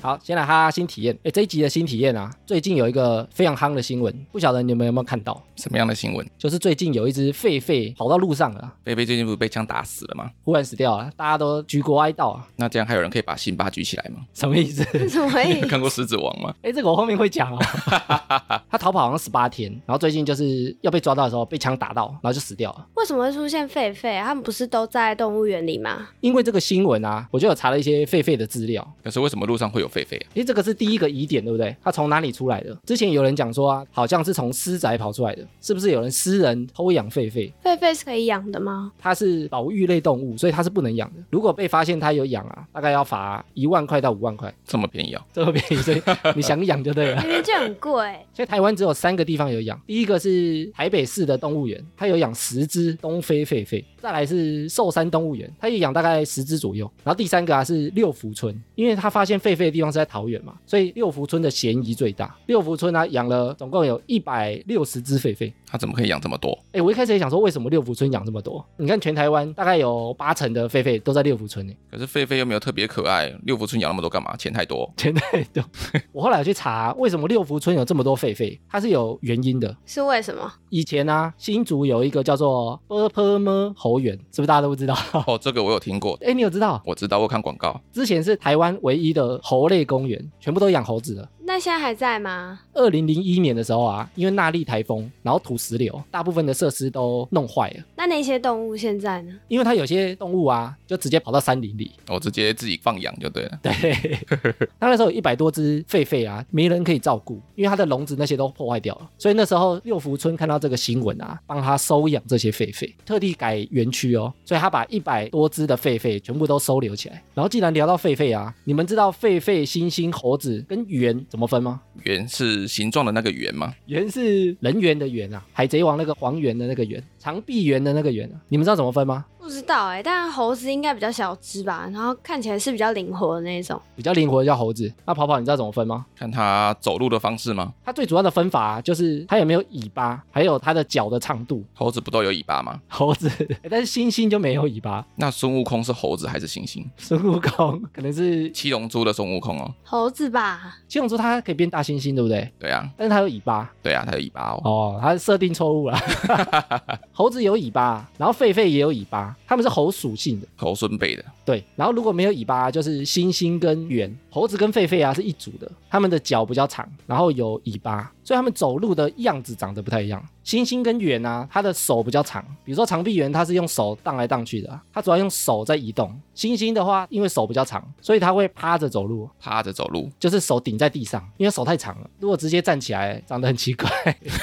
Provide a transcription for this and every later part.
好，先来哈哈新体验。哎，这一集的新体验啊，最近有一个非常夯的新闻，不晓得你们有没有看到？什么样的新闻？就是最近有一只狒狒跑到路上了啊，贝贝最近不是被枪打死了吗？忽然死掉了，大家都举国哀悼啊，那这样还有人可以把辛巴举起来吗？ 什么意思？ 什么意你有 看过《狮子王》吗？哎，这个我后面会讲哦。他逃跑好像十八天，然后最近就是要被抓到的时候被枪打到，然后就死掉了。为什么会出现狒狒？他们不是都在动物园里吗？因为这个新闻啊，我就有查了一些狒狒的资料，可是为什么路上会有狒狒啊？诶，这个是第一个疑点，对不对？它从哪里出来的？之前有人讲说啊，好像是从私宅跑出来的，是不是有人私人偷养狒狒？狒狒是可以养的吗？它是保育类动物，所以它是不能养的。如果被发现它有养啊，大概要罚一万块到五万块， 这么便宜哦！这么便宜，所以你想养就 对了。明明就很贵，所以台湾只有三个地方有养，第一个是台北市的动物园，它有养十只东非狒狒；再来是寿山动物园，它也养大概十只左右。然后第三个啊是六福村，因为它发现狒狒的地方是在桃园嘛，所以六福村的嫌疑最大。六福村呢、啊养了总共有一百六十只狒狒。它怎么可以养这么多？哎，我一开始也想说，为什么六福村养这么多？你看全台湾大概有八成的狒狒都在六福村呢、可是狒狒又没有特别可爱，六福村养那么多干嘛？钱太多。全台都。我后来有去查，为什么六福村有这么多狒狒，它是有原因的。是为什么？以前啊，新竹有一个叫做波波么猴园，是不是大家都不知道？ 哦，这个我有听过，哎，你有知道？我知道，我有看广告。之前是台湾唯一的猴类公园，全部都养猴子的。那现在还在吗？二零零一年的时候啊，因为那莉台风，然后土石流，大部分的设施都弄坏了。那那些动物现在呢？因为它有些动物啊，就直接跑到山林里。我直接自己放养就对了。 对，它那时候有一百多只狒狒啊，没人可以照顾，因为它的笼子那些都破坏掉了。所以那时候六福村看到这个新闻啊，帮他收养这些狒狒，特地改园区哦。所以他把一百多只的狒狒全部都收留起来。然后既然聊到狒狒啊，你们知道狒狒、猩猩、猴子跟猿怎么分吗？圆是形状的那个圆吗？猿是人猿的猿啊，海贼王那个黄猿的那个猿，长臂猿的那个猿啊，你们知道怎么分吗？不知道哎、但猴子应该比较小只吧，然后看起来是比较灵活的那种。比较灵活的叫猴子。那跑跑你知道怎么分吗？看它走路的方式吗？它最主要的分法、啊、就是它有没有尾巴，还有它的脚的长度。 猴子不都有尾巴吗？猴子， 但是猩猩就没有尾巴。那孙悟空是猴子还是猩猩？孙悟空可能是七龙珠的孙悟空哦。猴子吧，七龙珠，它可以变大猩猩，对不对？对啊，但是它有尾巴对啊，它有尾巴哦。哦，它设定错 误了。猴子有尾巴，然后狒狒也有尾巴，它们是猴属性的。猴孙辈的，对，然后如果没有尾巴，就是猩猩跟猿，猴子跟狒狒啊是一组的，它们的脚比较长，然后有尾巴，所以它们走路的样子长得不太一样。猩猩跟猿啊，它的手比较长，比如说长臂猿，它是用手荡来荡去的啊，它主要用手在移动。猩猩的啊话，因为手比较长，所以它会趴着走路，趴着走路，就是手顶在地上，因为手太长了。如果直接站起来，长得很奇怪，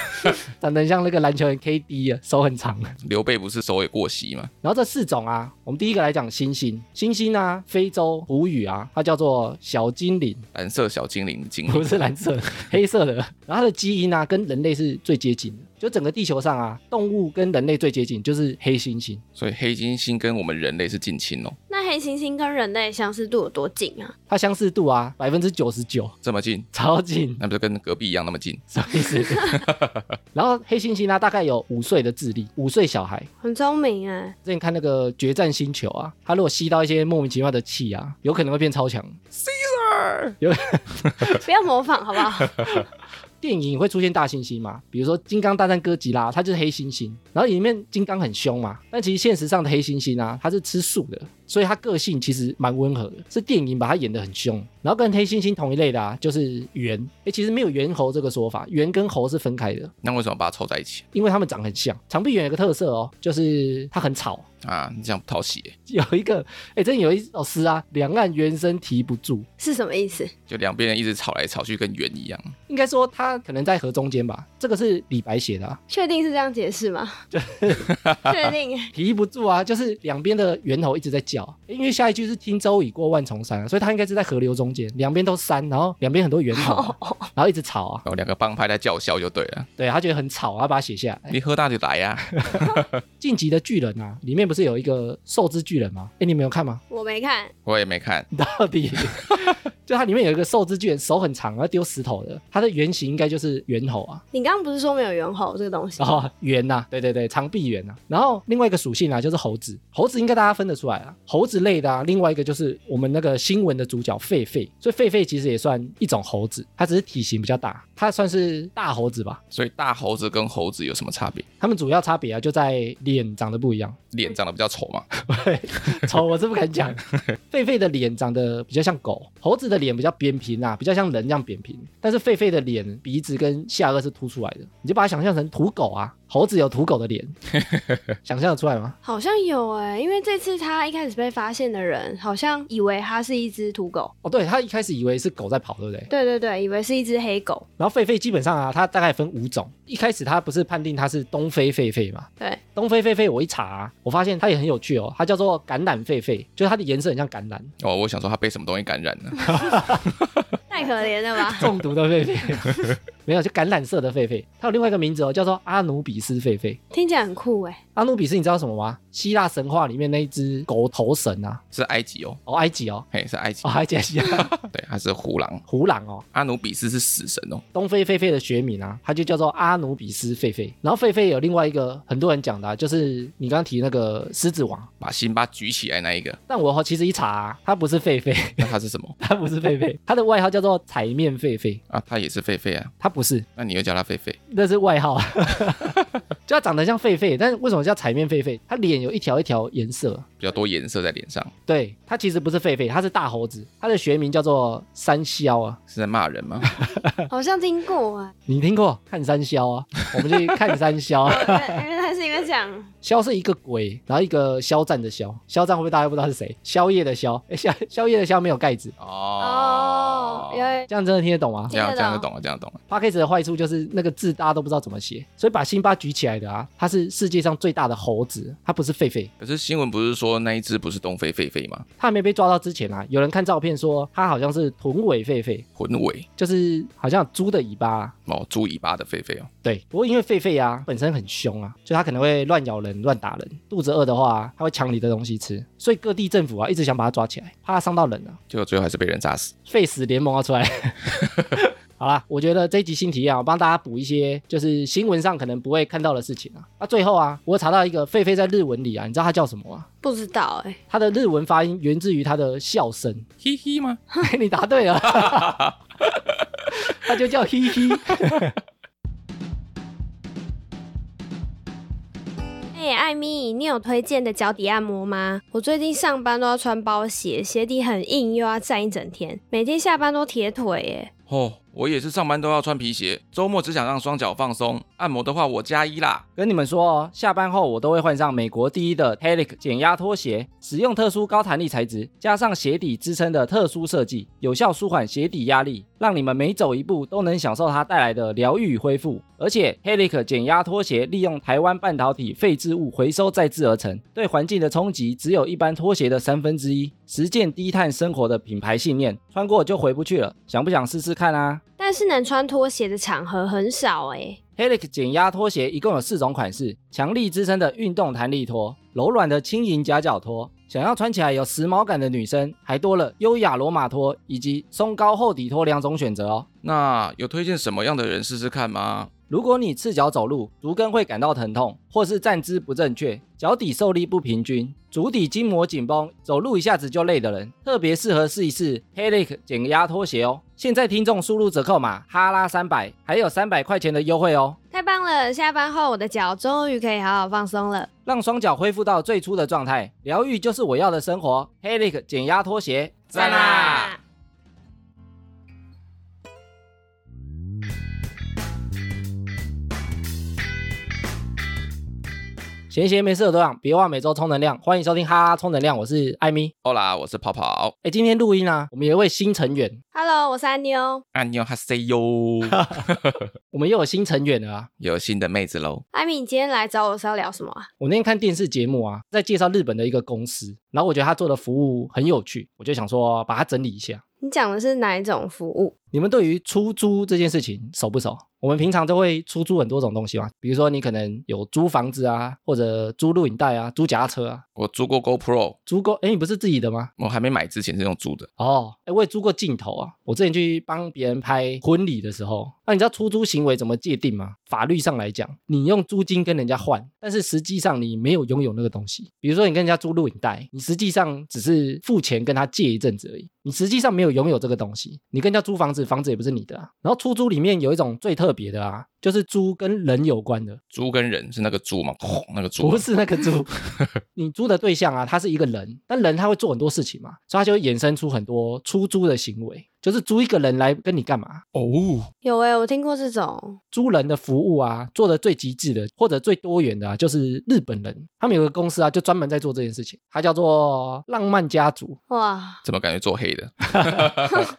长得很像那个篮球人 KD 啊，手很长。刘备不是手也过膝吗？然后这四种啊，我们第一个来讲猩猩，猩猩啊，非洲葡语啊，它叫做小精灵， 蓝色小精灵的精不灵，是蓝色，黑色的。然后它的基因啊，跟人类是最接近的。就整个地球上啊，动物跟人类最接近就是黑猩猩。所以黑猩猩跟我们人类是近亲哦，那黑猩猩跟人类相似度有多近啊？它相似度啊，百分之九十九，这么近，超近，那不就跟隔壁一样那么近？什么意思？然后黑猩猩啊呢、大概有五岁的智力，五岁小孩。很聪明哎、 之前看那个《决战星球》啊，它如果吸到一些莫名其妙的气啊，有可能会变超强。不要模仿好不好？电影也会出现大猩猩嘛，比如说《金刚大战哥吉拉》，它就是黑猩猩，然后里面金刚很凶嘛，但其实现实上的黑猩猩啊，它是吃素的，所以它个性其实蛮温和的，是电影把它演得很凶。然后跟黑猩猩同一类的啊，就是猿，诶，其实没有猿猴这个说法，猿跟猴是分开的，那为什么把它凑在一起因为它们长很像。长臂猿有个特色哦，就是它很吵。 啊？你这样不讨喜耶，有一个，哎，真的有一首诗啊，“两岸猿声啼不住”，是什么意思？就两边人一直吵来吵去，跟猿一样。应该说它可能在河中间吧。这个是李白写的、啊，确定是这样解释吗？确定提不住啊，就是两边的猿猴一直在叫，诶因为下一句是轻舟已过万重山、啊，所以它应该是在河流中间，两边都山，然后两边很多猿猴啊、然后一直吵啊，有哦两个帮派在叫嚣就对了。对他觉得很吵，他把它写下来。哎你喝大就来啊呀、晋级的巨人啊，里面不是有一个兽之巨人吗？哎，你们有看吗？ 我没看，我也没看，到底就它里面有一个兽之巨人，手很长，然后丢石头的，它的原型应该就是猿猴啊。你刚刚不是说没有猿猴这个东西？啊哦，猿呐、对对对，长臂猿呐、然后另外一个属性啊，就是猴子，猴子应该大家分得出来啊，猴子类的啊，另外一个就是我们那个新闻的主角狒狒，所以狒狒其实也算一种猴子，它只是体型比较大，它算是大猴子吧。所以大猴子跟猴子有什么差别？它们主要差别啊就在脸长得不一样， 脸长得比较丑嘛？丑我是不敢讲。狒狒的脸长得比较像狗，猴子的脸比较扁平啊，比较像人这样扁平。但是狒狒的脸、鼻子跟下颚是凸出来的，你就把它想象成土狗啊。猴子有土狗的脸，想象得出来吗？好像有哎、因为这次他一开始被发现的人，好像以为他是一只土狗，哦，对，他一开始以为是狗在跑，对不对？对对对，以为是一只黑狗，然后狒狒基本上啊，它大概分五种。一开始它不是判定它是东非狒狒嘛？对，东非狒狒我一查啊、我发现它也很有趣哦，它叫做橄榄狒狒，就是它的颜色很像橄榄，？哦，我想说他被什么东西感染了？太可怜了吧 中毒的狒狒，没有，就橄榄色的狒狒。它有另外一个名字哦，叫做阿努比斯狒狒。听起来很酷哎、 阿努比斯你知道什么吗？希腊神话里面那一只狗头神啊，是埃及哦，哦，埃及哦，嘿，是埃及哦，，埃及 希腊对，他是胡狼。胡狼哦，阿努比斯是死神哦，东非狒狒的学名啊，它就叫做阿努比斯狒狒。然后狒狒有另外一个很多人讲的、啊，就是你刚刚提那个狮子王。把辛巴举起来那一个，但我其实一查、啊，它不是狒狒， 那他是什么它不是狒狒，它的外号叫做彩面狒狒，啊？他也是狒狒啊？它不是，那你又叫他狒狒？那是外号， 就它长得像狒狒，但是为什么叫彩面狒狒？它脸有一条一条颜色，比较多颜色在脸上，对，它其实不是狒狒，它是大猴子，它的学名叫做山魈啊，是在骂人 吗？好像听过哎、你听过看山魈啊？我们去看山魈，啊原原来是因为这样，魈是一个鬼，然后一个肖战的肖，肖战会不会大家不知道是谁？宵夜的宵， 哎，宵宵夜的宵没有盖子，哦哦，原来这样真的听得懂 吗？这样听得这样就懂懂了，这样懂了。 p a c k a g e 的坏处就是那个字大家都不知道怎么写，所以把辛巴举起来的啊，它是世界上最大的猴子，它不是狒狒。可是新闻不是说那一只不是东非狒狒吗？它还没被抓到之前啊，有人看照片说它好像是臀尾狒狒，混尾就是好像有猪的尾巴啊、哦，猪尾巴的狒狒哦，对，不过因为狒狒啊本身很凶啊，所以它可能会乱咬人、乱打人。肚子饿的话、它会抢你的东西吃。所以各地政府啊一直想把它抓起来，怕它伤到人啊。结果最后还是被人炸死。废死联盟要出来。 好啦，我觉得这一集新体验啊，我帮大家补一些就是新闻上可能不会看到的事情啊。那、最后啊，我查到一个狒狒在日文里啊，你知道它叫什么吗？不知道哎、它的日文发音源自于它的笑声。 嘿嘿吗？你答对了， 它就叫嘻嘻。哎、艾米，你有推荐的脚底按摩吗？我最近上班都要穿包鞋，鞋底很硬，又要站一整天，每天下班都铁腿欸耶。哦，我也是上班都要穿皮鞋，周末只想让双脚放松。按摩的话，我加一啦。跟你们说哦，下班后我都会换上美国第一的 Helic 减压拖鞋，使用特殊高弹力材质，加上鞋底支撑的特殊设计，有效舒缓鞋底压力，让你们每走一步都能享受它带来的疗愈与恢复。而且 Helic 减压拖鞋利用台湾半导体废置物回收再制而成，对环境的冲击只有一般拖鞋的三分之一。实践低碳生活的品牌信念，穿过就回不去了，想不想试试看啊？但是能穿拖鞋的场合很少哎、 Helic 减压拖鞋一共有四种款式：强力支撑的运动弹力拖、柔软的轻盈夹脚拖。想要穿起来有时髦感的女生，还多了优雅罗马拖以及松高厚底拖两种选择哦。那有推荐什么样的人试试看吗？如果你赤脚走路，足跟会感到疼痛，或是站姿不正确，脚底受力不平均，足底筋膜紧绷，走路一下子就累的人，特别适合试一试 Helic 减压拖鞋哦。现在听众输入折扣码哈拉三百，还有三百块钱的优惠哦。太棒了！下班后我的脚终于可以好好放松了。让双脚恢复到最初的状态，疗愈就是我要的生活。Helic 减压拖鞋，赞啊啦！闲闲没事的都让，别忘每周充能量。欢迎收听哈拉充能量，我是艾米。欧啦，我是泡泡。哎，今天录音啊，我们有一位新成员， Hello，我是安妞。安妞哈塞哟， 我们又有新成员了啊。有新的妹子喽。艾米，你今天来找我是要聊什么啊？我那天看电视节目啊，在介绍日本的一个公司，然后我觉得他做的服务很有趣，我就想说把它整理一下。你讲的是哪一种服务？你们对于出租这件事情熟不熟？我们平常都会出租很多种东西嘛，比如说你可能有租房子啊，或者租录影带啊，租脚踏车啊，我租过 GoPro，租过哎，你不是自己的吗？我还没买之前是用租的，哦，哎，我也租过镜头啊。我之前去帮别人拍婚礼的时候，那、你知道出租行为怎么界定吗？法律上来讲，你用租金跟人家换，但是实际上你没有拥有那个东西。比如说你跟人家租录影带，你实际上只是付钱跟他借一阵子而已，你实际上没有拥有这个东西。你跟人家租房子，房子也不是你的啊。然后出租里面有一种最特别的啊，就是租跟人有关的，租跟人是那个租嘛，砰那个 租不，是那个租，你租的对象啊，他是一个人，但人他会做很多事情嘛，所以他就会衍生出很多出租的行为，就是租一个人来跟你干嘛？哦，有哎、我听过这种，租人的服务啊，做的最极致的或者最多元的、啊，就是日本人，他们有个公司啊，就专门在做这件事情，它叫做浪漫家族，哇，怎么感觉做黑的？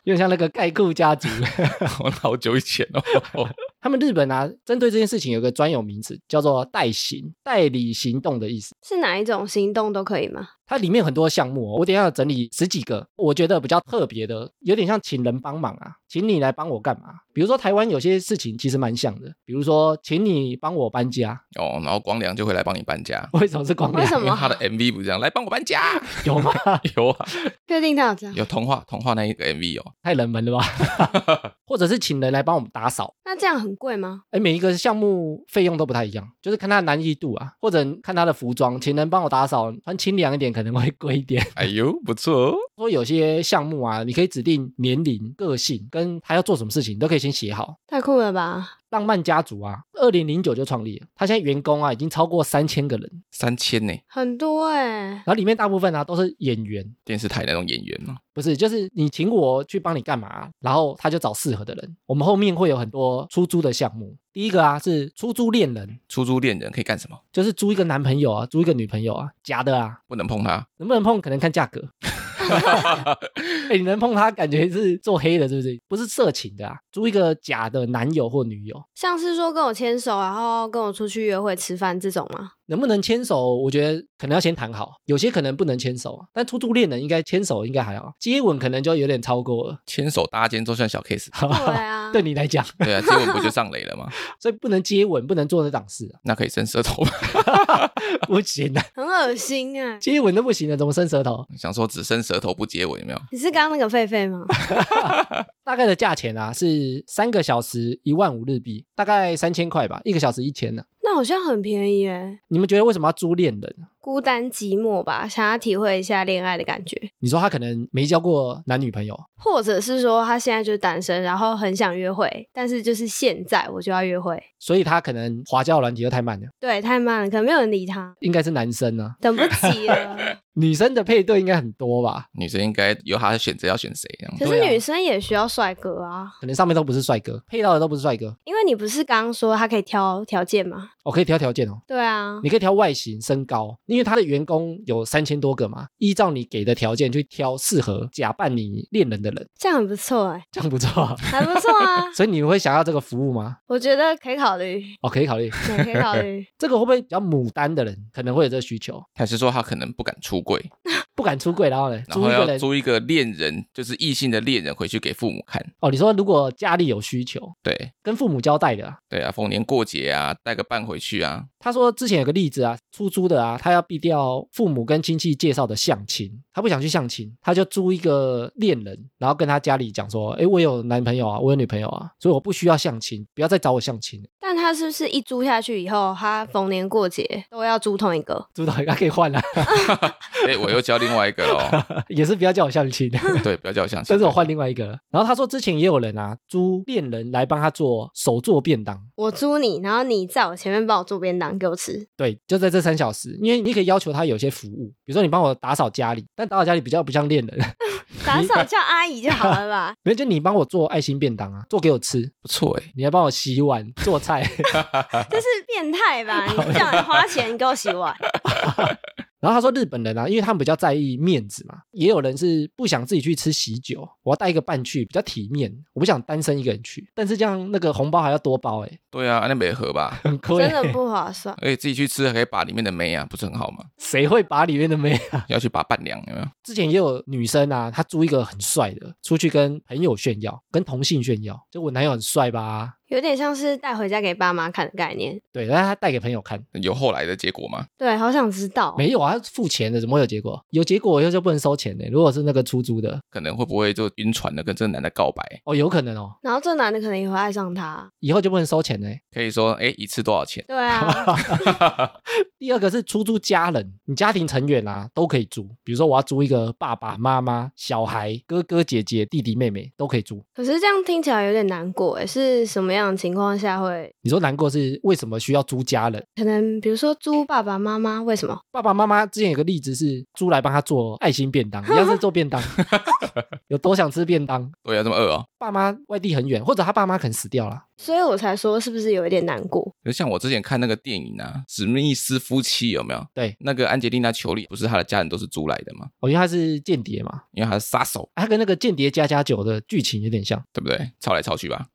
有点像那个盖库家族。 我好久以前哦， 他们日本啊，针对这件事情有个专有名词，叫做代行、代理行动的意思。是哪一种行动都可以吗？它里面很多项目、哦，我等一下有整理十几个，我觉得比较特别的，有点像请人帮忙啊，请你来帮我干嘛？比如说台湾有些事情其实蛮像的，比如说请你帮我搬家， 哦，然后光良就会来帮你搬家，为什么是光为良？什因为他么？的 MV 不是这样，来帮我搬家， 有吗？有啊，确定他有这样？有童话童话那一个 MV 哦，太冷门了吧？ 或者是请人来帮我们打扫，那这样很贵吗？哎，每一个项目费用都不太一样，就是看它的难易度啊，或者看它的服装，请人帮我打扫，穿清凉一点可能会贵一点。 哎呦，不错哦，说有些项目啊，你可以指定年龄、个性跟他要做什么事情，你都可以先写好。太酷了吧！浪漫家族啊，二零零九就创立了，他现在员工啊已经超过三千个人，三千呢，很多哎、然后里面大部分啊都是演员，电视台那种演员哦嘛，不是，就是你请我去帮你干嘛，啊然后他就找适合的人。我们后面会有很多出租的项目，第一个啊是出租恋人，出租恋人可以干什么？就是租一个男朋友啊，租一个女朋友啊，假的啊，不能碰他， 能不能碰可能看价格。 哎、你能碰他，感觉是做黑的，是不是？不是色情的啊，租一个假的男友或女友，像是说跟我牵手，然后跟我出去约会吃饭这种 吗？能不能牵手？我觉得可能要先谈好，有些可能不能牵手啊。但出租恋人应该牵手应该还好，接吻可能就有点超过了。牵手搭肩都算小 case，对啊，对你来讲，对啊，接吻不就上雷了吗？ 所以不能接吻，不能做这档事啊，那可以伸舌头吗？ 不行啊，很恶心哎、接吻都不行了，怎么伸舌头？想说只伸舌头不接吻有没有？你是刚刚那个狒狒吗？大概的价钱啊是三个小时一万五日币，大概三千块吧，一个小时一千呢、那好像很便宜哎、你们觉得为什么要租恋人？啊孤单寂寞吧，想要体会一下恋爱的感觉，你说他可能没交过男女朋友，或者是说他现在就是单身，然后很想约会，但是就是现在我就要约会，所以他可能滑交友软体又太慢了，对，太慢了，可能没有人理他，应该是男生啊，等不及了。女生的配对应该很多吧？女生应该由她选择要选谁这样。可对是啊女生也需要帅哥啊，可能上面都不是帅哥，配到的都不是帅哥。因为你不是刚刚说他可以挑条件吗？我、可以挑条件哦，对啊，你可以挑外形、身高，因为他的员工有三千多个嘛，依照你给的条件去挑适合假扮你恋人的人，这样很不错哎、这样不错、啊。，还不错啊 所以你会想要这个服务吗？我觉得可以考虑，哦，可以考虑。对，可以考 虑这个会不会比较牡丹的人可能会有这个需求，还是说她可能不敢出柜，不敢出柜，然后呢，然租后一个要人租一个恋人，就是异性的恋人回去给父母看。哦？你说如果家里有需求，对跟父母交代的、啊。对啊，逢年过节啊，带个伴回去啊。他说之前有个例子啊，出租的啊，他要避掉父母跟亲戚介绍的相亲，他不想去相亲，他就租一个恋人，然后跟他家里讲说，诶，我有男朋友啊，我有女朋友啊，所以我不需要相亲，不要再找我相亲了，但他是不是一租下去以后，他逢年过节都要租同一个？租到他可以换了、哎、我又交另外一个喽。 也是不要叫我相亲。 对，不要叫我相亲。但是我换另外一个了，然后他说之前也有人啊租恋人来帮他做手做便当，我租你，然后你在我前面帮我做便当给我吃，对，就在这三小时，因为你可以要求他有些服务，比如说你帮我打扫家里，但打扫家里比较不像恋人， 打扫叫阿姨就好了吧？没有就你帮我做爱心便当啊，做给我吃，不错哎、你要帮我洗碗、做菜， 这是变态吧？你叫人花钱，你给我洗碗，然然后他说日本人啊，因为他们比较在意面子嘛，也有人是不想自己去吃喜酒，我要带一个伴去，比较体面，我不想单身一个人去。但是这样那个红包还要多包哎、对啊，那没合吧？很亏、真的欸，不划算。而且自己去吃还可以把里面的妹啊，不是很好吗？谁会把里面的妹啊？要去把伴娘有没有？之前也有女生啊，她租一个很帅的，出去跟朋友炫耀，跟同性炫耀，就我男友很帅吧。有点像是带回家给爸妈看的概念。对，但是她带给朋友看，有后来的结果吗？对，好想知道。没有啊，她付钱的，怎么会有结果？有结果以后就不能收钱呢、欸如果是那个出租的，可能会不会就晕船的跟这个男的告白？哦，有可能哦，然后这男的可能也会爱上她。以后就不能收钱呢、欸可以说，哎，一次多 少钱？ 对啊，第二个是出租家人，你家庭成员啊都可以租，比如说我要租一个爸爸妈妈、小孩、哥哥姐姐、弟弟妹妹都可以租。可是这样听起来有点难过诶，是什么样的情况下会？你说难过是为什么需要租家人？可能比如说租爸爸妈妈，为什么？爸爸妈妈之前有个例子是租来帮他做爱心便当，一样是做便当，有多想吃便当？对啊，这么饿哦。爸妈外地很远，或者他爸妈可能死掉了，所以我才说是不是有一点难过？可是像我之前看那个电影啊，《史密斯夫妻》有没有？对，那个安吉丽娜·裘丽不是她的家人都是租来的吗？哦，因为他是间谍嘛，啊因为她是杀手，他跟那个《间谍加加酒》的剧情有点像，对不对？抄来抄去吧，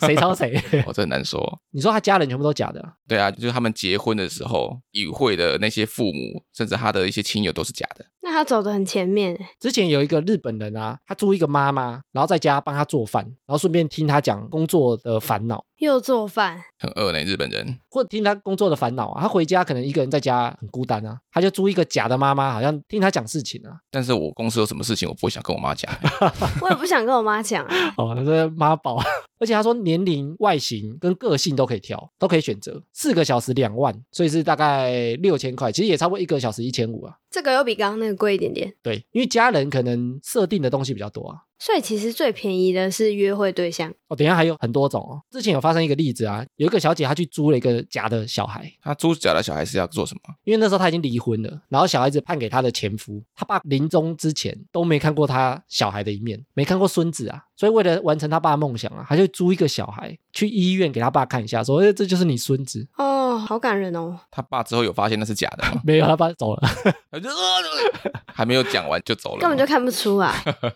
谁抄谁？ 我、这很难说哦、你说他家人全部都假的啊，对啊，就是他们结婚的时候与会的那些父母，甚至他的一些亲友都是假的。那他走得很前面欸诶，之前有一个日本人啊，他租一个妈妈，然后在家帮她做饭，然后顺便听她讲工作的烦恼，又做饭，很恶呢，日本人或者听她工作的烦恼啊。他回家可能一个人在家很孤单啊，他就租一个假的妈妈，好像听她讲事情啊。但是我公司有什么事情，我不会想跟我妈讲。欸我也不想跟我妈 讲啊。哦，那是妈宝。 而且他说年龄、外形跟个性都可以挑，都可以选择。四个小时两万，所以是大概六千块，其实也差不多一个小时一千五啊。这个又比刚刚那个贵一点点，对，因为家人可能设定的东西比较多啊。所以其实最便宜的是约会对象。哦，等一下还有很多种哦。之前有发生一个例子啊，有一个小姐她去租了一个假的小孩， 他租假的小孩是要做什么？因为那时候她已经离婚了，然后小孩子判给她的前夫，她爸临终之前都没看过她小孩的一面，没看过孙子啊，所以为了完成她爸的梦想啊，她就租一个小孩去医院给她爸看一下，说，哎，这就是你孙子。？哦，好感人哦！他爸之后有发现那是假的吗 没有，他爸走了。他就呃还没有讲完就走了，根本就看不出 来，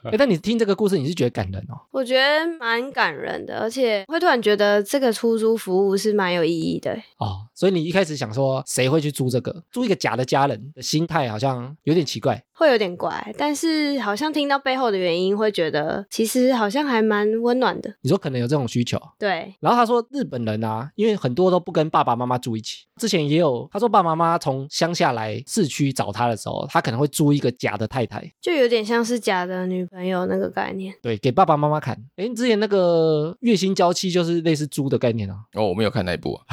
哎，但你听这个故事，你是觉得感人哦？我觉得蛮感人的，而且会突然觉得这个出租服务是蛮有意义的。哦，所以你一开始想说谁会去租这个，租一个假的家人的心态好像有点奇怪。会有点怪，但是好像听到背后的原因，会觉得其实好像还蛮温暖的。你说可能有这种需求，对，然后他说，日本人啊，因为很多都不跟爸爸妈妈住一起。之前也有他说，爸爸妈妈从乡下来市区找他的时候，他可能会租一个假的太太，就有点像是假的女朋友那个概念。对，给爸爸妈妈看。诶，之前那个月薪娇妻就是类似租的概念啊，哦，我没有看那一部、啊，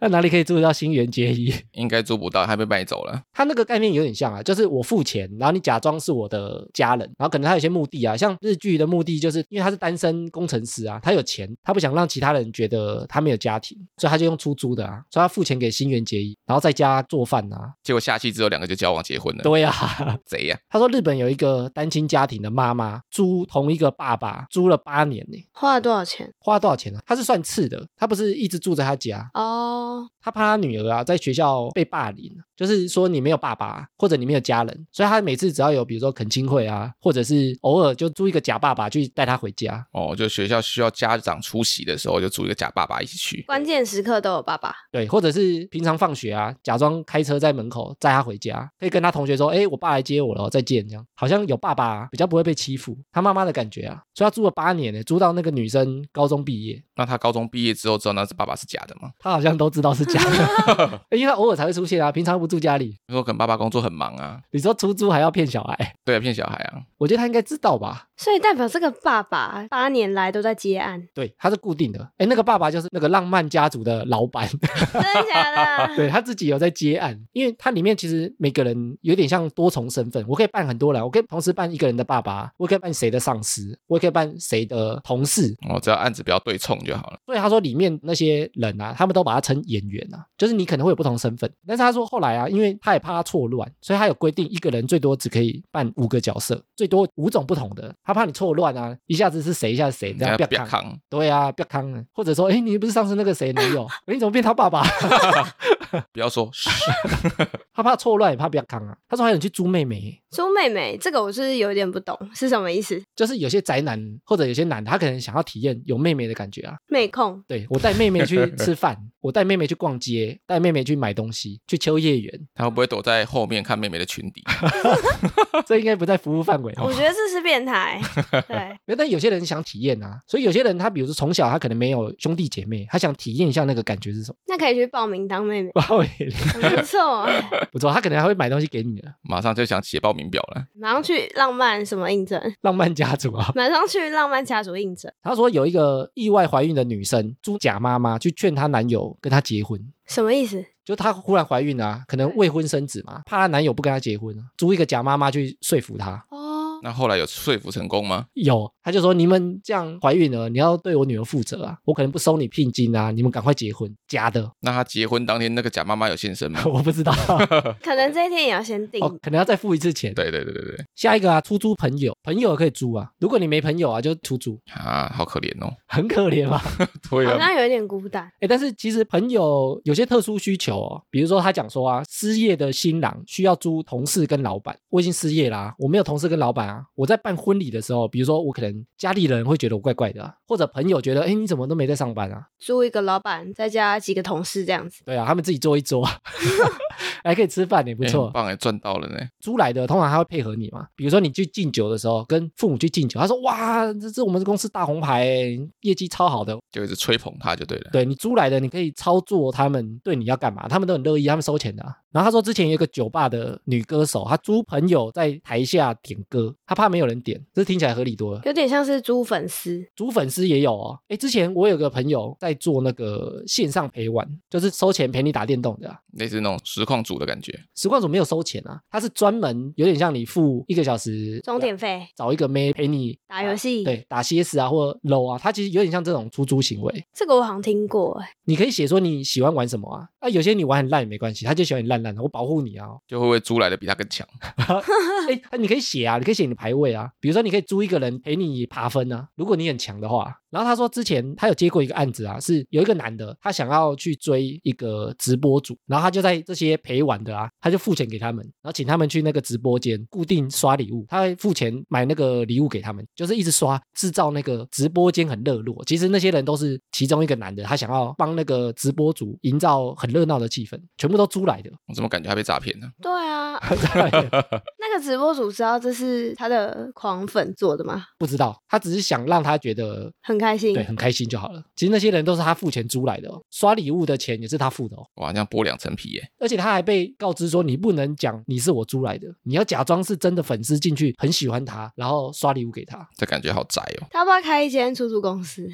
那哪里可以租得到新垣结衣？ 应该租不到，他被卖走了。他那个概念有点像啊，就是我付钱，然后你假装是我的家人，然后可能他有些目的啊，像日剧的目的就是因为他是单身工程师啊，他有钱，他不想让其他人觉得他没有家庭，所以他就用出租的啊，所以他付钱给新垣结衣，然后在家做饭啊，结果下期之后两个就交往结婚了，对啊，贼呀、 他说日本有一个单亲家庭的妈妈租同一个爸爸租了八年呢，花了多少钱？花多少钱啊？他是算次的，他不是一直住在他家，哦、他怕他女儿啊在学校被霸凌，啊就是说你没有爸爸或者你没有家人，所以他每次只要有比如说恳亲会啊，或者是偶尔就租一个假爸爸去带他回家。哦，就学校需要家长出席的时候，就租一个假爸爸一起去。关键时刻都有爸爸。对，或者是平常放学啊，假装开车在门口载他回家，可以跟他同学说：“哎，我爸来接我了，再见。”这样好像有爸爸、比较不会被欺负，他妈妈的感觉啊。所以他租了八年呢，租到那个女生高中毕业，那他高中毕业之后知道那是爸爸是假的吗？他好像都知道是假的，因为他偶尔才会出现啊，平常不住家里。他说可能爸爸工作很忙啊，你说出租还要骗小孩，对啊，骗小孩啊，我觉得他应该知道吧？，所以代表这个爸爸八年来都在接案对，他是固定的。哎，那个爸爸就是那个浪漫家族的老板，真的假 的？对他自己有在接案，因为他里面其实每个人有点像多重身份，我可以扮很多人，我可以同时扮一个人的爸爸，我也可以扮谁的上司，我也可以扮谁的同事。哦，只要案子不要对冲就好了。所以他说里面那些人啊，他们都把他称演员啊，就是你可能会有不同身份。但是他说后来啊，因为他也怕他错乱，所以他有规定一个人最多只可以扮五个角色，最多五种不同的。他怕你错乱啊，一下子是谁，一下子谁，这样人家不要看。扛， 对啊，不要看啊。或者说，哎，你不是上次那个谁男友，诶你怎么变他爸爸？不要说，嘘他怕错乱，也怕不要扛啊。他说还有人去租妹妹，猪妹妹这个我是有点不懂是什么意思，就是有些宅男或者有些男的，他可能想要体验有妹妹的感觉啊。妹控对我带妹妹去吃饭，我带妹妹去逛街，带妹妹去买东西，去秋叶原，他会不会躲在后面看妹妹的裙底？这应该不在服务范围哦。我觉得这是变 态。对，没有但有些人想体验啊，所以有些人他比如说从小他可能没有兄弟姐妹，他想体验一下那个感觉是什么。 那可以去报名当妹妹，哇，喂很不错。啊 不错，他可能还会买东西给你的，马上就想写报名表了。马上去浪漫什么应征，浪漫家族啊。马上去浪漫家族应征，他说有一个意外怀孕的女生，朱假妈妈去劝她男友跟她结婚，什么意思？就她忽然怀孕了啊，可能未婚生子嘛，怕她男友不跟她结婚啊，租一个假妈妈去说服她。哦，那后来有说服成功吗？有，她就说你们这样怀孕了，你要对我女儿负责啊，我可能不收你聘金啊，你们赶快结婚。假的，？那他结婚当天那个假妈妈有现身吗 我不知道，可能这一天也要先定哦，可能要再付一次钱。对对对对对，下一个啊，出租朋友，朋友也可以租啊，如果你没朋友啊，就出租，啊，好可怜哦。很可怜嘛。对好啊，像有点孤单。哎，但是其实朋友有些特殊需求哦，比如说他讲说啊，失业的新郎需要租同事跟老板。我已经失业啦、我没有同事跟老板啊。我在办婚礼的时候，比如说我可能家里人会觉得我怪怪的啊、或者朋友觉得，哎，你怎么都没在上班啊？租一个老板，再加几个同事这样子，对啊，他们自己坐一桌， 还可以吃饭，也不哎错很。棒哎，赚到了呢。租来的通常他会配合你嘛，比如说你去敬酒的时候，跟父母去敬酒，他说哇，这是我们公司大红牌欸，业绩超好的，就一直吹捧他就对了。对你租来的，你可以操作他们对你要干嘛，他们都很乐意，他们收钱的啊、然后他说，之前有一个酒吧的女歌手，她租朋友在台下点歌，她怕没有人点，这听起来合理多了。有点像是租粉丝。租粉丝也有哦，哎，之前我有个朋友在做那个线上陪玩，就是收钱陪你打电动的、啊。类似那种实况组的感觉，实况组没有收钱啊，他是专门有点像你付一个小时钟点费找一个妹陪你打游戏，对打 CS 啊或 LO 啊，他其实有点像这种出租行为。这个我好像听过哎、你可以写说你喜欢玩什么啊？啊，有些你玩很烂也没关系，他就喜欢你烂烂的，我保护你啊。就会不会租来的比他更强？哎、啊你可以写啊，你可以写你的排位啊。比如说，你可以租一个人陪你爬分啊，如果你很强的话。然后他说，之前他有接过一个案子啊，是有一个男的，他想要去追一个直播主，然后他就在这些陪玩的啊，他就付钱给他们，然后请他们去那个直播间固定刷礼物，他会付钱买那个礼物给他们，就是一直刷，制造那个直播间很热络。其实那些人都是其中一个男的，他想要帮那个直播主营造很热闹的气氛，全部都租来的。 我怎么感觉他被诈骗呢？对啊，那个直播主知道这是他的狂粉做的吗？不知道，他只是想让他觉得很开心对，，很开心就好了。其实那些人都是他付钱租来的、哦，刷礼物的钱也是他付的哦。哇，这样剥两层皮欸耶！而且他还被告知说，你不能讲你是我租来的，你要假装是真的粉丝进去，很喜欢他，然后刷礼物给他，这感觉好宅哦。他要不要开一间出租公 司，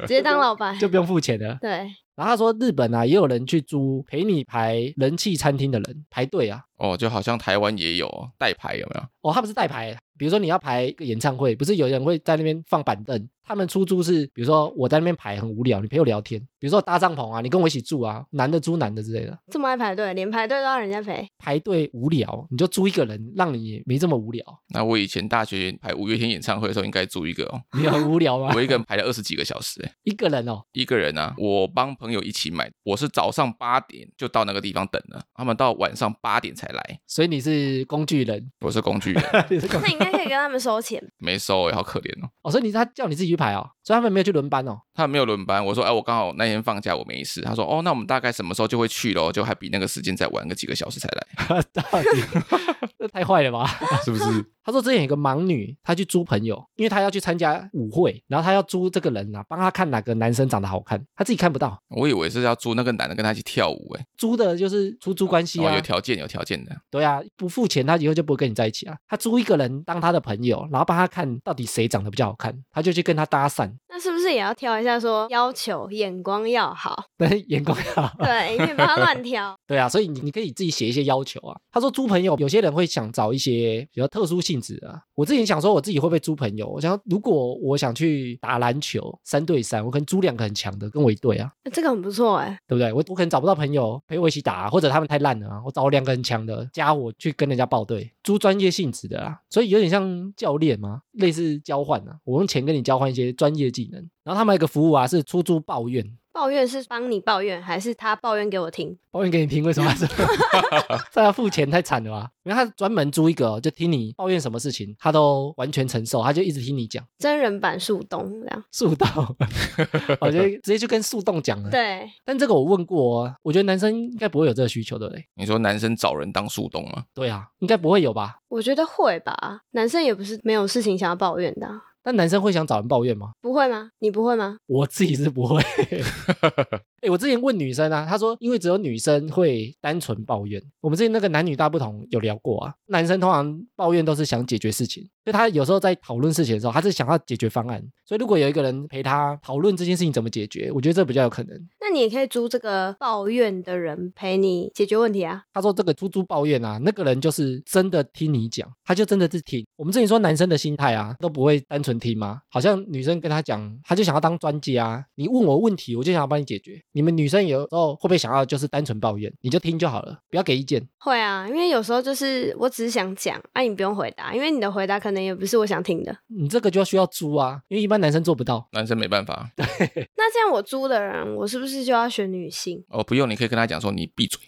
直接当老板？就不用付钱 了。对，然后他说，日本啊也有人去租陪你排人气餐厅的人排队啊。哦，就好像台湾也有哦代牌，有没有？哦，他不是代排，比如说你要排一个演唱会，不是有人会在那边放板凳，他们出租是，比如说我在那边排很无聊，你陪我聊天，比如说搭帐篷啊，你跟我一起住啊，男的租男的之类的。这么爱排队，连排队都要人家陪，排队无聊，你就租一个人，让你没这么无 聊。那我以前大学排五月天演唱会的时候，应该租一个哦。你很无聊吗？我一个人排了二十几个小时，哎，一个人哦，一个人啊，我帮朋友一起买，我是早上八点就到那个地方等了，他们到晚上八点才来，所以你是工具人，我是工具人，你是工 那应该可以跟他们收钱。没收哎，好可怜哦。哦，所以你他叫你自己去排哦，所以他们没有去轮班哦。 他没有轮班，我说哎，我刚好那天放假，我没事。他说哦，那我们大概什么时候就会去咯？就还比那个时间再晚个几个小时才来，到底 这太坏了吧？是不是？他说之前有个盲女，她去租朋友，因为她要去参加舞会，然后她要租这个人啊，帮她看哪个男生长得好看，她自己看不到，我以为是要租那个男的跟他一起跳舞，哎，租的就是出租关系哦，啊有，条件，有条件的，对啊，不付钱她以后就不会跟你在一起啊。她租一个人当她的朋友，然后帮她看到底谁长得比较好看，她就去跟他搭讪， 那是不是也要挑一下说要求眼光要 好？但是眼光要好。对，你不要乱 挑。对啊，所以你你可以自己写一些要求啊。他说猪朋友，有些人会想找一些比较特殊性质啊。我之前想说我自己会不会猪朋友，我想说如果我想去打篮球三对三，我可能租两个很强的跟我一队啊，这个很不错哎，对不对？我我可能找不到朋友陪我一起打啊、或者他们太烂了啊，我找两个很强的加我去跟人家报队，租专业性质的啊。所以有点像教练嘛，类似交换啊，我用钱跟你交换一些专业技能。然后他们有一个服务啊，是出租抱怨，抱怨是帮你抱怨，还是他抱怨给我听？抱怨给你听，为什么要这样？这要付钱太惨了吧？因为他专门租一个哦、就听你抱怨什么事情，他都完全承受，他就一直听你讲真人版树洞这样。树洞，我觉得直接就跟树洞讲了。对，但这个我问过、哦，我觉得男生应该不会有这个需求的嘞。你说男生找人当树洞吗？对啊，应该不会有吧？我觉得会吧，男生也不是没有事情想要抱怨的啊、但男生会想找人抱怨吗？不会吗？你不会吗？我自己是不会。哎、我之前问女生啊，她说因为只有女生会单纯抱怨。我们之前那个男女大不同有聊过啊，男生通常抱怨都是想解决事情，所以他有时候在讨论事情的时候，他是想要解决方案。所以如果有一个人陪他讨论这件事情怎么解决，我觉得这比较有可能。那你也可以租这个抱怨的人陪你解决问题啊。他说这个猪猪抱怨啊，那个人就是真的听你讲，他就真的是听。我们之前说男生的心态啊，都不会单纯听吗？好像女生跟他讲，他就想要当专家、啊，你问我问题，我就想要帮你解决。你们女生有时候会不会想要就是单纯抱怨，你就听就好了，不要给意见。会啊，因为有时候就是我只是想讲，啊，你不用回答，因为你的回答可能也不是我想听的。你这个就要需要猪啊，因为一般男生做不到。男生没办法啊那这样我租的人，我是不是就要选女性？哦，不用，你可以跟他讲说你闭 嘴，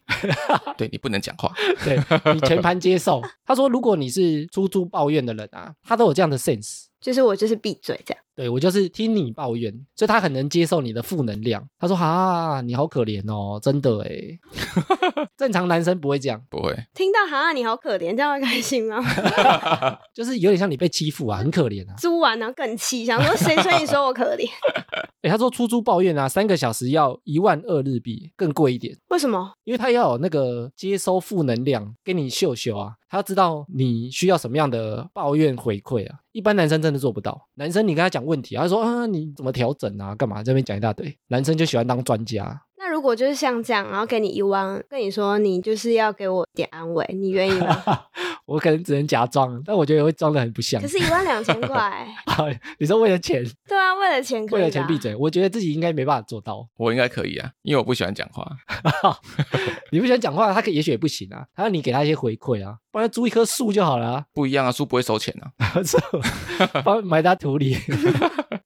对你不能讲话。对你全盘接受。他说，如果你是猪猪抱怨的人啊，他都有这样的 sense。就是我就是闭嘴这样。对我就是听你抱怨，所以他很能接受你的负能量。他说：“哈、你好可怜哦，真的诶 正常男生不会这样，不会，听到哈、你好可怜，这样会开心吗？ 就是有点像你被欺负啊，很可怜啊。租完然后更气，想 说谁说你说我可怜？ 诶，他说出租抱怨啊，三个小时要一万二日币，更贵一点，为什么？因为他要有那个接收负能量给你秀秀啊，他要知道你需要什么样的抱怨回馈啊。一般男生真的做不到，男生你跟他讲问题，他说啊你怎么调整啊，干嘛这边讲一大堆，男生就喜欢当专家。那如果就是像这样，然后给你一万，跟你说你就是要给我点安慰，你愿意 吗？我可能只能假装，但我觉得会装的很不像可。是，一万两千块， 你说为了钱，对啊，为了钱可为以吧了钱闭嘴，我觉得自己应该没办法做到。我应该可以啊，因为我不喜欢讲话。你不想讲话，他可也许也不行啊，他要你给他一些回馈啊，帮他租一棵树就好了、啊。不一样啊，书不会收钱啊。是吧帮埋他土里。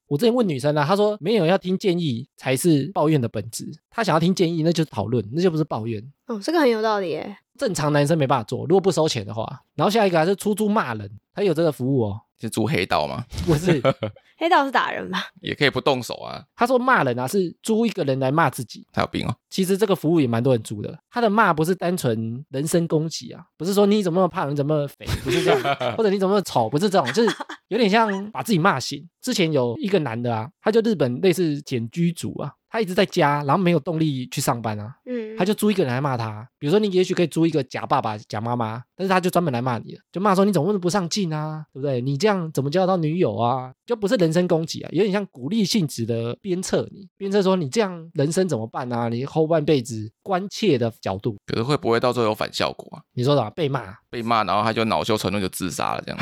我之前问女生啊，她说没有要听建议才是抱怨的本质，她想要听建议，那就是讨论，那就不是抱怨。哦，这个很有道理耶。正常男生没办法做，如果不收钱的话。然后下一个还是出租骂人，他有这个服务哦， 是租黑道吗？不 是。黑道是打人吧？也可以不动手啊，他说骂人啊是租一个人来骂自己，他有病哦。其实这个服务也蛮多人租的。他的骂不是单纯人身攻击啊，不是说你怎么那么胖，你怎么那么肥，不是这样，或者你怎么那么丑，不是这种，就是有点像把自己骂醒。之前有一个男的啊，他就日本类似简居族啊，他一直在家，然后没有动力去上班啊，嗯，他就租一个人来骂他。比如说，你也许可以租一个假爸爸、假妈妈，但是他就专门来骂你了，就骂说你怎么那么不上进啊，对不对？你这样怎么交得到女友啊？就不是人身攻击啊，有点像鼓励性质的鞭策你，鞭策说你这样人生怎么办啊？你后半辈子关切的角度，可是会不会到最后有反效果啊？你说什么被骂？被骂，然后他就恼羞成怒就自杀了，这样。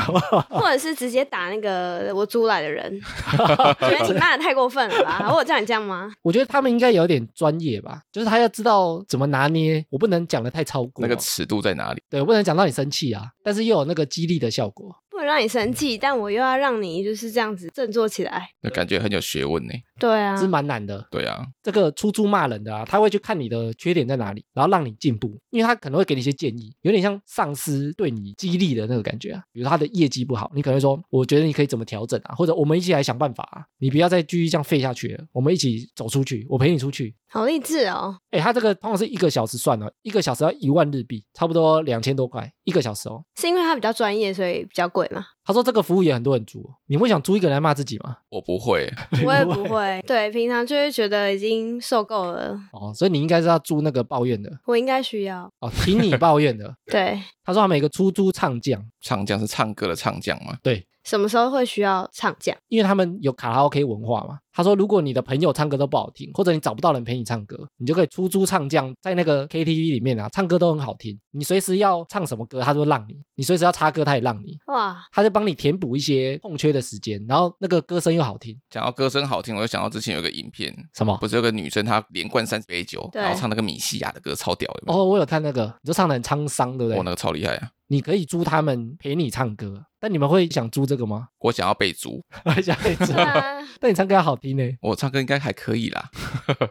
或者是直接打那个我租来 的人，觉得你骂的太过分了吧？ 我有叫你这样吗？我觉得他们应该有点专业吧，就是他要知道怎么拿捏，我不能讲的太超过啊那个尺度在哪里？对，我不能讲到你生气啊，但是又有那个激励的效果。不能让你生气，但我又要让你就是这样子振作起来。就感觉很有学问呢。对啊，是蛮难的。对啊，这个出租骂人的啊，他会去看你的缺点在哪里，然后让你进步，因为他可能会给你一些建议，有点像上司对你激励的那个感觉啊。比如说他的业绩不好，你可能会说，我觉得你可以怎么调整啊，或者我们一起来想办法啊，你不要再继续这样废下去了，我们一起走出去，我陪你出去。好励志哦！哎，他这个通常是一个小时算了，一个小时要一万日币，差不多两千多块一个小时哦。是因为他比较专业，所以比较贵 嘛？他说这个服务也很多人租哦，你会想租一个人来骂自己吗？我不会， 我也不会，对，平常就会觉得已经受够了，哦，所以你应该是要租那个抱怨的我应该需要。哦，听你抱怨的。对，他说他们有一个出租唱将，唱将是唱歌的唱将吗？什么时候会需要唱将？因为他们有卡拉 OK 文化嘛。他说，如果你的朋友唱歌都不好听，或者你找不到人陪你唱歌，你就可以出租唱将，在那个 KTV 里面啊，唱歌都很好听。你随时要唱什么歌，他都会让你；你随时要插歌，他也让你。 哇，他就帮你填补一些空缺的时间，然后那个歌声又好听。讲到歌声好听，我就想到之前有个影片，什么？不是有个女生她连灌三十杯酒，对然后唱那个米西亚的歌，超屌的。哦哦，我有看那个，你就唱的很沧桑，对不哇，对？那个超厉害啊！你可以租他们陪你唱歌，但但你们会想租这个吗？ 我想要被租，想 被租对？啊，但你唱歌好听呢、 我唱歌应该还可以啦。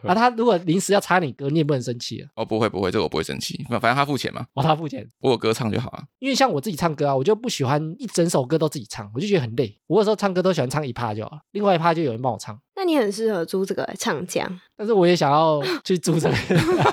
啊，他如果临时要插你歌，你也不能生气啊，哦，不会不会，这个我不会生气，反反正他付钱嘛，我他付钱。我有歌唱就好了。因为像我自己唱歌啊，我就不喜欢一整首歌都自己唱，我就觉得很累。我有时候唱歌都喜欢唱一趴就好了，另外一趴就有人帮我唱。那你很适合租这个欸唱将，但是我也想要去租这个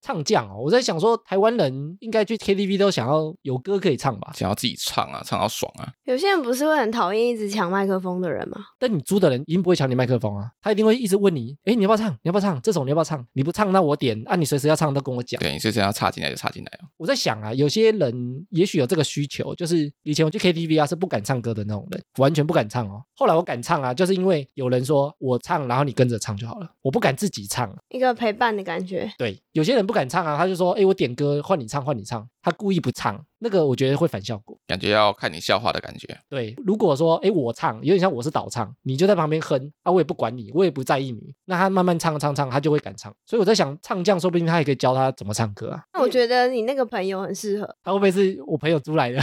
唱将哦。我在想说，台湾人应该去 KTV 都想要有歌可以唱吧？想要自己唱啊，唱到爽啊，有些人不是会很讨厌一直抢麦克风的人吗？但你租的人一定不会抢你麦克风啊，他一定会一直问你，哎，你要不要唱？你要不要唱？这首你要不要唱？你不唱，那我点啊，你随时要唱都跟我讲。对，你这次要插进来就插进来哦。我在想啊，有些人也许有这个需求，就是以前我去 KTV 啊是不敢唱歌的那种人，完全不敢唱哦。后来我敢唱啊，就是因为有人说我唱，然后你跟着唱就好了，我不敢自己唱。一个陪伴的感觉，对，有些人不敢唱啊，他就说，哎，我点歌换你唱，换你唱，他故意不唱，那个我觉得会反效果。感觉要看你笑话的感觉，对，如果说哎我唱，有点像我是导唱，你就在旁边哼啊，我也不管你，我也不在意你，那他慢慢唱唱唱，他就会敢唱。所以我在想，唱将说不定他也可以教他怎么唱歌啊。那我觉得你那个朋友很适合，他会不会是我朋友租来的？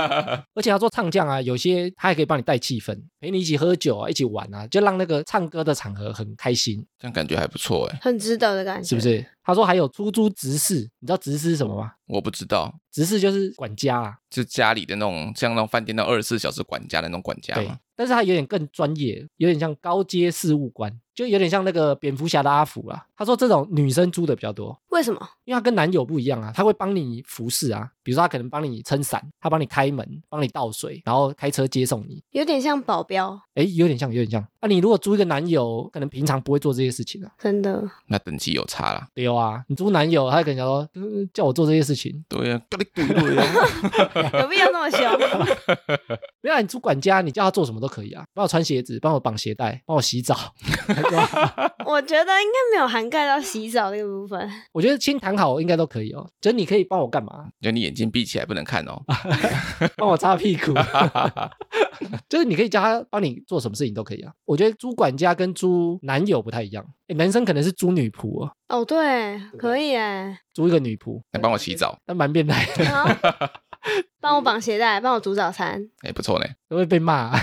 而且他说唱将啊，有些他还可以帮你带气氛，陪你一起喝酒啊，一起玩啊，就让那个唱歌的场合很开心，这样感觉还不错哎。很值得的感觉，是不？是？他说还有出租执事，你知道执事是什么吗？我不知道，执事就是管家啊，就家里的那种，像那种饭店那种二十四小时管家的那种管家对嘛。。但是他有点更专业，有点像高阶事务官，就有点像那个蝙蝠侠的阿福啊。他说这种女生租的比较多，为什么？因为他跟男友不一样啊，他会帮你服侍啊，比如说他可能帮你撑伞，他帮你开门，帮你倒水，然后开车接送你。有点像保镖，哎，有点像，有点像。啊，你如果租一个男友，可能平常不会做这些事情啊。真的。 那等级有差啦，对啊，你租男友，他可能想说，嗯叫我做这些事情。对呀、啊，跟你鬼对啊有必要那么凶？没有啊，你租管家，你叫他做什么都可以啊，帮我穿鞋子，帮我绑鞋带，帮我洗澡。对吧 我觉得应该没有涵盖到洗澡这个部分。我觉得先谈好应该都可以哦，就是你可以帮我干嘛？ 就你眼睛闭起来不能看 哦。帮我擦屁股，就是你可以叫他帮你做什么事情都可以啊。我觉得租管家跟租男友不太一样，诶男生可能是租女仆、哦，哦，对，可以哎，租一个女仆，来帮我洗澡，但蛮变态的， 好， 帮我绑鞋带，帮我煮早餐。哎、不错呢。都会被骂啊、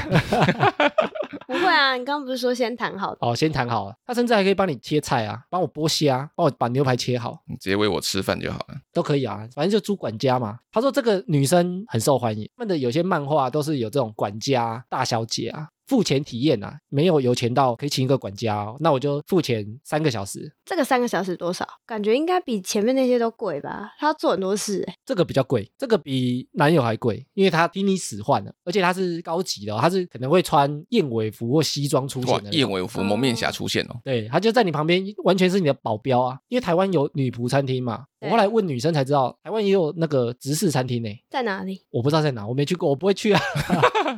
不会啊，你刚刚不是说先谈好的？哦，先谈好了，他甚至还可以帮你切菜啊，帮我剥虾，帮我把牛排切好，你直接喂我吃饭就好了。都可以啊，反正就租管家嘛。他说这个女生很受欢迎，他们的有些漫画都是有这种管家大小姐啊。付钱体验啊，没有有钱到可以请一个管家哦，那我就付钱三个小时，这个三个小时多少？感觉应该比前面那些都贵吧？他要做很多事哎，这个比较贵，这个比男友还贵，因为他听你使唤的，而且他是高级的、哦，他是可能会穿燕尾服或西装出哇现的，那种。燕尾服蒙面侠出现哦，对，他就在你旁边，完全是你的保镖啊！因为台湾有女仆餐厅嘛，我对后来问女生才知道，台湾也有那个直视餐厅呢、在哪里？我不知道在哪，我没去过，我不会去啊。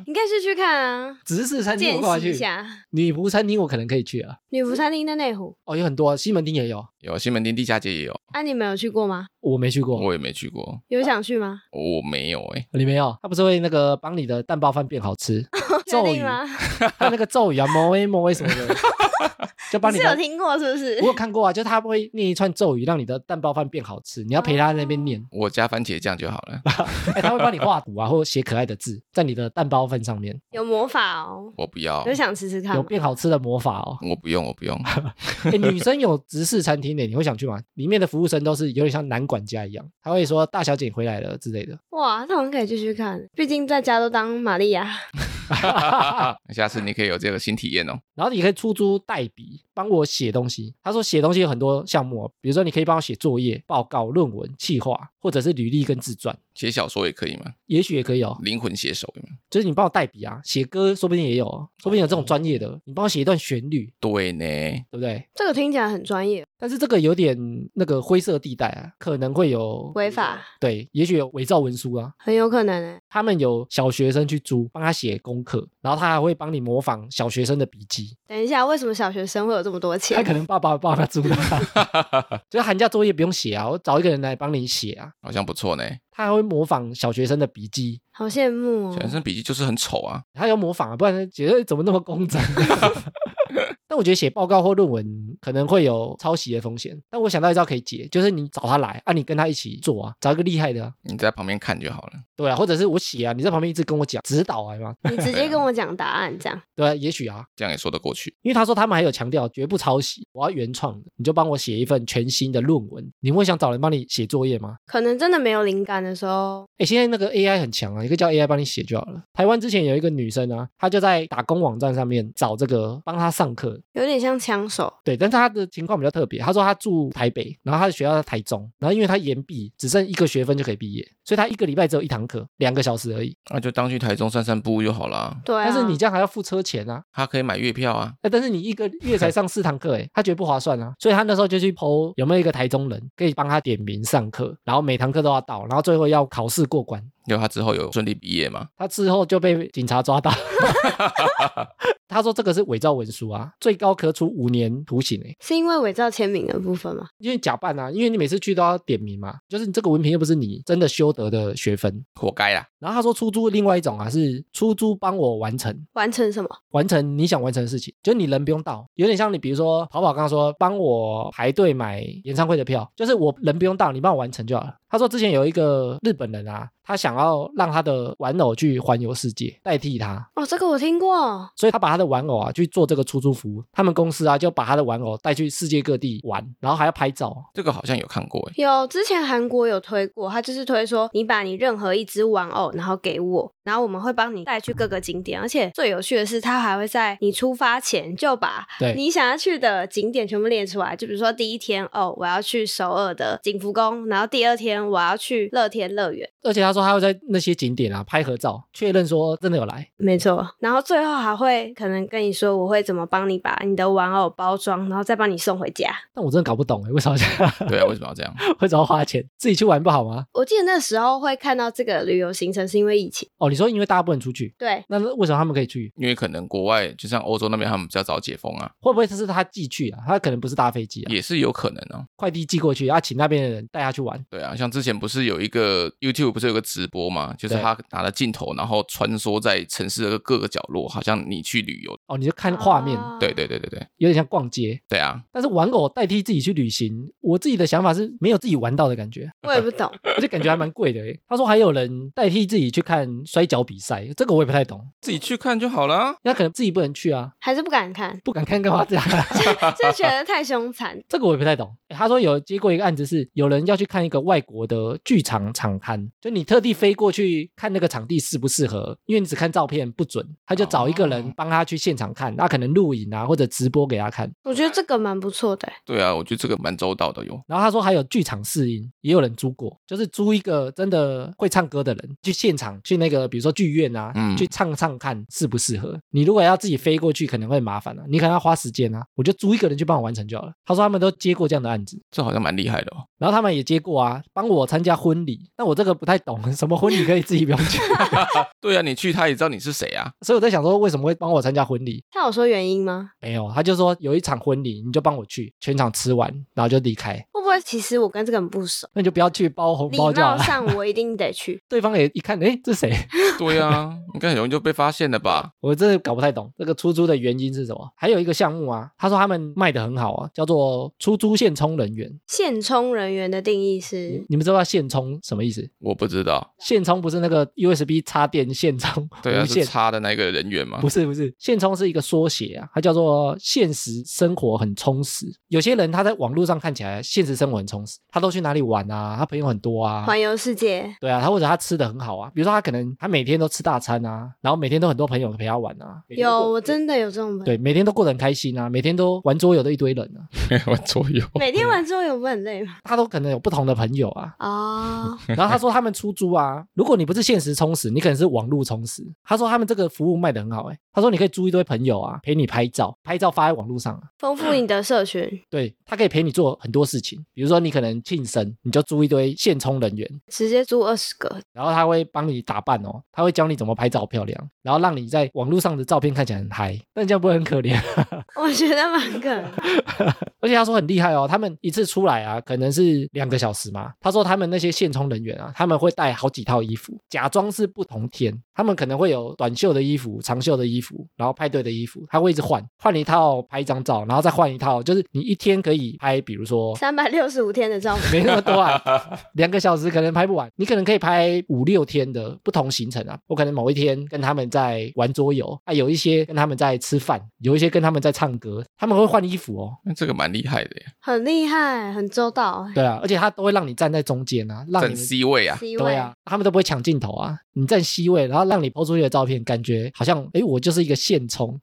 你可以去去看啊，直视餐厅见我干嘛识一去？下女仆餐厅我可能可以去啊。女仆餐厅的内湖。哦，有很多、啊，西门町也有，有西门町地下街也有，啊，你们有去过吗？我没去过。我也没去过，有想去吗？我没有哎、你没有？他不是会那个帮你的蛋包饭变好 吃，确 咒定语，吗？他那个咒语啊，某 A 某 A 什么 的，就帮你你是有的。听过是不是我？有看过啊，就他会念一串咒语，让你的蛋包饭变好吃，你要陪他在那边哦念，我加番茄酱就好了，哎、他会帮你画图啊，或者写可爱的字在你的蛋包饭上面。有魔法哦，我不要。有，想吃吃看有吗？变好吃的魔法哦我不用，我 不用，诶女生有直视餐厅的，你会想去吗？里面的服务生都是有点像男管家一样，他会说大小姐你回来了之类的。 哇，那我们可以继续看，毕竟在家都当玛利亚。下次你可以有这个新体验哦。然后你可以出租代笔帮我写东西。他说写东西有很多项目哦，比如说你可以帮我写作业、报告、论文、企划，或者是履历跟自传，写小说也可以嘛，也许也可以哦。灵魂写手有没有？就是你帮我代笔啊，写歌说不定也有，哦，说不定有这种专业的，你帮我写一段旋律，对呢，对不对？这个听起来很专业，但是这个有点那个灰色地带啊，可能会有违法，对，也许有伪造文书啊，很有可能哎、他们有小学生去租，帮他写功课，然后他还会帮你模仿小学生的笔记。等一下，为什么小学生会有这么多他钱？可能爸爸帮他租的，就是寒假作业不用写啊，我找一个人来帮你写啊。好像不错呢。他还会模仿小学生的笔记，好羡慕小哦男！生笔记就是很丑啊，他要模仿啊，不然觉得怎么那么工整。但我觉得写报告或论文可能会有抄袭的风险，但我想到一招可以解，就是你找他来啊，你跟他一起做啊，找一个厉害的、啊，你在旁边看就好了。对啊，或者是我写啊，你在旁边一直跟我讲指导啊嘛，你直接跟我讲答案，这样对啊，也许啊，这样也说得过去。因为他说他们还有强调绝不抄袭，我要原创的，你就帮我写一份全新的论文。你会想找人帮你写作业吗？可能真的没有灵感的时候，哎，现在那个 AI 很强啊，你可以叫 AI 帮你写就好了。台湾之前有一个女生啊，她就在打工网站上面找这个帮她上课，有点像枪手，对，但是她的情况比较特别，她说她住台北，然后她的学校在台中，然后因为她延毕只剩一个学分就可以毕业，所以她一个礼拜只有一堂课，两个小时而已。那啊就当去台中散散步就好啦。对啊。但是你这样还要付车钱啊，他可以买月票啊，哎，但是你一个月才上四堂课，哎，他觉得不划算啊，所以他那时候就去剖有没有一个台中人可以帮他点名上课，然后每堂课都要到，然后最后要考试过关。就他之后有顺利毕业嘛。他之后就被警察抓到，他说这个是伪造文书啊，最高可处五年徒刑哎，是因为伪造签名的部分吗？因为假扮啊，因为你每次去都要点名嘛，就是你这个文凭又不是你真的修得的学分。活该啦，然后他说出租另外一种啊是出租帮我完成，完成什么？完成你想完成的事情，就是你人不用到，有点像你比如说跑跑刚刚说帮我排队买演唱会的票，就是我人不用到，你帮我完成就好了。他说之前有一个日本人啊，他想要让他的玩偶去环游世界，代替他，哦，这个我听过，所以他把他的玩偶啊去做这个出租服务，他们公司啊就把他的玩偶带去世界各地玩，然后还要拍照。这个好像有看过哎。有之前韩国有推过，他就是推说你把你任何一只玩偶，然后给我，然后我们会帮你带去各个景点，而且最有趣的是，他还会在你出发前就把对你想要去的景点全部列出来，就比如说第一天哦，我要去首尔的景福宫，然后第二天我要去乐天乐园，而且他说他会在那些景点啊拍合照，确认说真的有来。没错，然后最后还会可能跟你说我会怎么帮你把你的玩偶包装，然后再帮你送回家。但我真的搞不懂哎，为什么要 对啊，为什么要这样？为什么要花钱？自己去玩不好吗？我记得那时候会看到这个旅游行程是因为疫情，哦，你说因为大家不能出去，对，那为什么他们可以去？因为可能国外就像欧洲那边，他们比较早解封啊，会不会这是他寄去啊？他可能不是搭飞机啊，也是有可能啊。快递寄过去，啊，请那边的人带他去玩。对啊，像之前不是有一个 YouTube 不是有个直播嘛，就是对他拿了镜头，然后穿梭在城市的各个角落，好像你去旅游。哦，你就看画面，哦对对对对对有点像逛街。对啊，但是玩偶代替自己去旅行，我自己的想法是没有自己玩到的感觉，我也不懂，而且感觉还蛮贵的耶。欸他说还有人代替自己去看摔跤比赛，这个我也不太懂，自己去看就好啦。那可能自己不能去啊，还是不敢看，不敢看干嘛这样？啊就觉得太凶残。这个我也不太懂。诶他说有接过一个案子是，有人要去看一个外国的剧场场刊，就你特地飞过去看那个场地适不适合，因为你只看照片不准，他就找一个人哦帮他去现场看，那可能录影啊或者直播给他看。我觉得这个蛮不错的欸，对啊，我觉得这个蛮周到的哟。然后他说还有剧场试音，也有人租过，就是租一个真的会唱歌的人去现场去那个比如说剧院啊，嗯去唱唱看适不适合。你如果要自己飞过去，可能会麻烦啊，你可能要花时间啊，我就租一个人去帮我完成就好了。他说他们都接过这样的案子。这好像蛮厉害的哦。 然后他们也接过啊，帮我参加婚礼。但我这个不太懂， 什么婚礼可以自己不用去？ 对啊，你去他也知道你是谁啊。所以我在想说，为什么会帮我参加婚礼？他有说原因吗？没有，他就说有一场婚礼，你就帮我去，全场吃完，然后就离开。会不会其实我跟这个很不熟？那你就不要去包红礼包就好貌了。，上我一定得去 对方也一看，哎，这谁？ 对啊，应该很容易就被发现了吧？我真的搞不太懂这个出租的原因是什么。还有一个项目啊，他说他们卖的很好啊，叫做出租现充人员。现充人员的定义是你们知道现充什么意思？我不知道。现充不是那个 USB 插电现充，对啊，无是线插的那个人员嘛 不。是不是，现充是一个缩写啊，它叫做现实生活很充实。有些人他在网络上看起来现实生活很充实，他都去哪里玩啊？他朋友很多啊。环游世界，对啊，他或者他吃的很好啊，比如说他可能他每天都吃大餐啊，然后每天都很多朋友陪他玩啊，每天都有过我真的有这种人。对，每天都过得很开心啊，每天都玩桌游的一堆人啊，玩桌 游。哦每天玩桌游不很累吗？他都可能有不同的朋友 啊，哦，然后他说他们出租啊，如果你不是现实充实，你可能是网络充实。他说他们这个服务卖得很好、欸，他说你可以租一堆朋友啊，陪你拍照，拍照发在网络上啊。丰富你的社群，对他可以陪你做很多事情，比如说你可能庆生，你就租一堆现充人员，直接租二十个，然后他会帮你打扮哦，他会教你怎么拍照漂亮，然后让你在网络上的照片看起来很嗨，但这样不会很可怜？ 我觉得蛮可爱。 而且他说很厉害哦，他们一次出来啊，可能是两个小时嘛。他说他们那些现充人员啊，他们会带好几套衣服，假装是不同天，他们可能会有短袖的衣服、长袖的衣服，然后派对的衣服，他会一直换，换一套拍一张照，然后再换一套，就是你一天可以拍，比如说三百六十五天的照片，没那么多啊，两个小时可能拍不完，你可能可以拍五六天的不同行程啊。我可能某一天跟他们在玩桌游，啊，有一些跟他们在吃饭，有一些跟他们在唱歌，他们会换衣服哦。那这个蛮厉害的耶，很厉害，很周到。对啊，而且他都会让你站在中间啊，让站你们 C 位啊， C 对位啊，他们都不会抢镜头啊，你站 C 位，然后让你抛出去的照片，感觉好像诶，我就是一个现 充。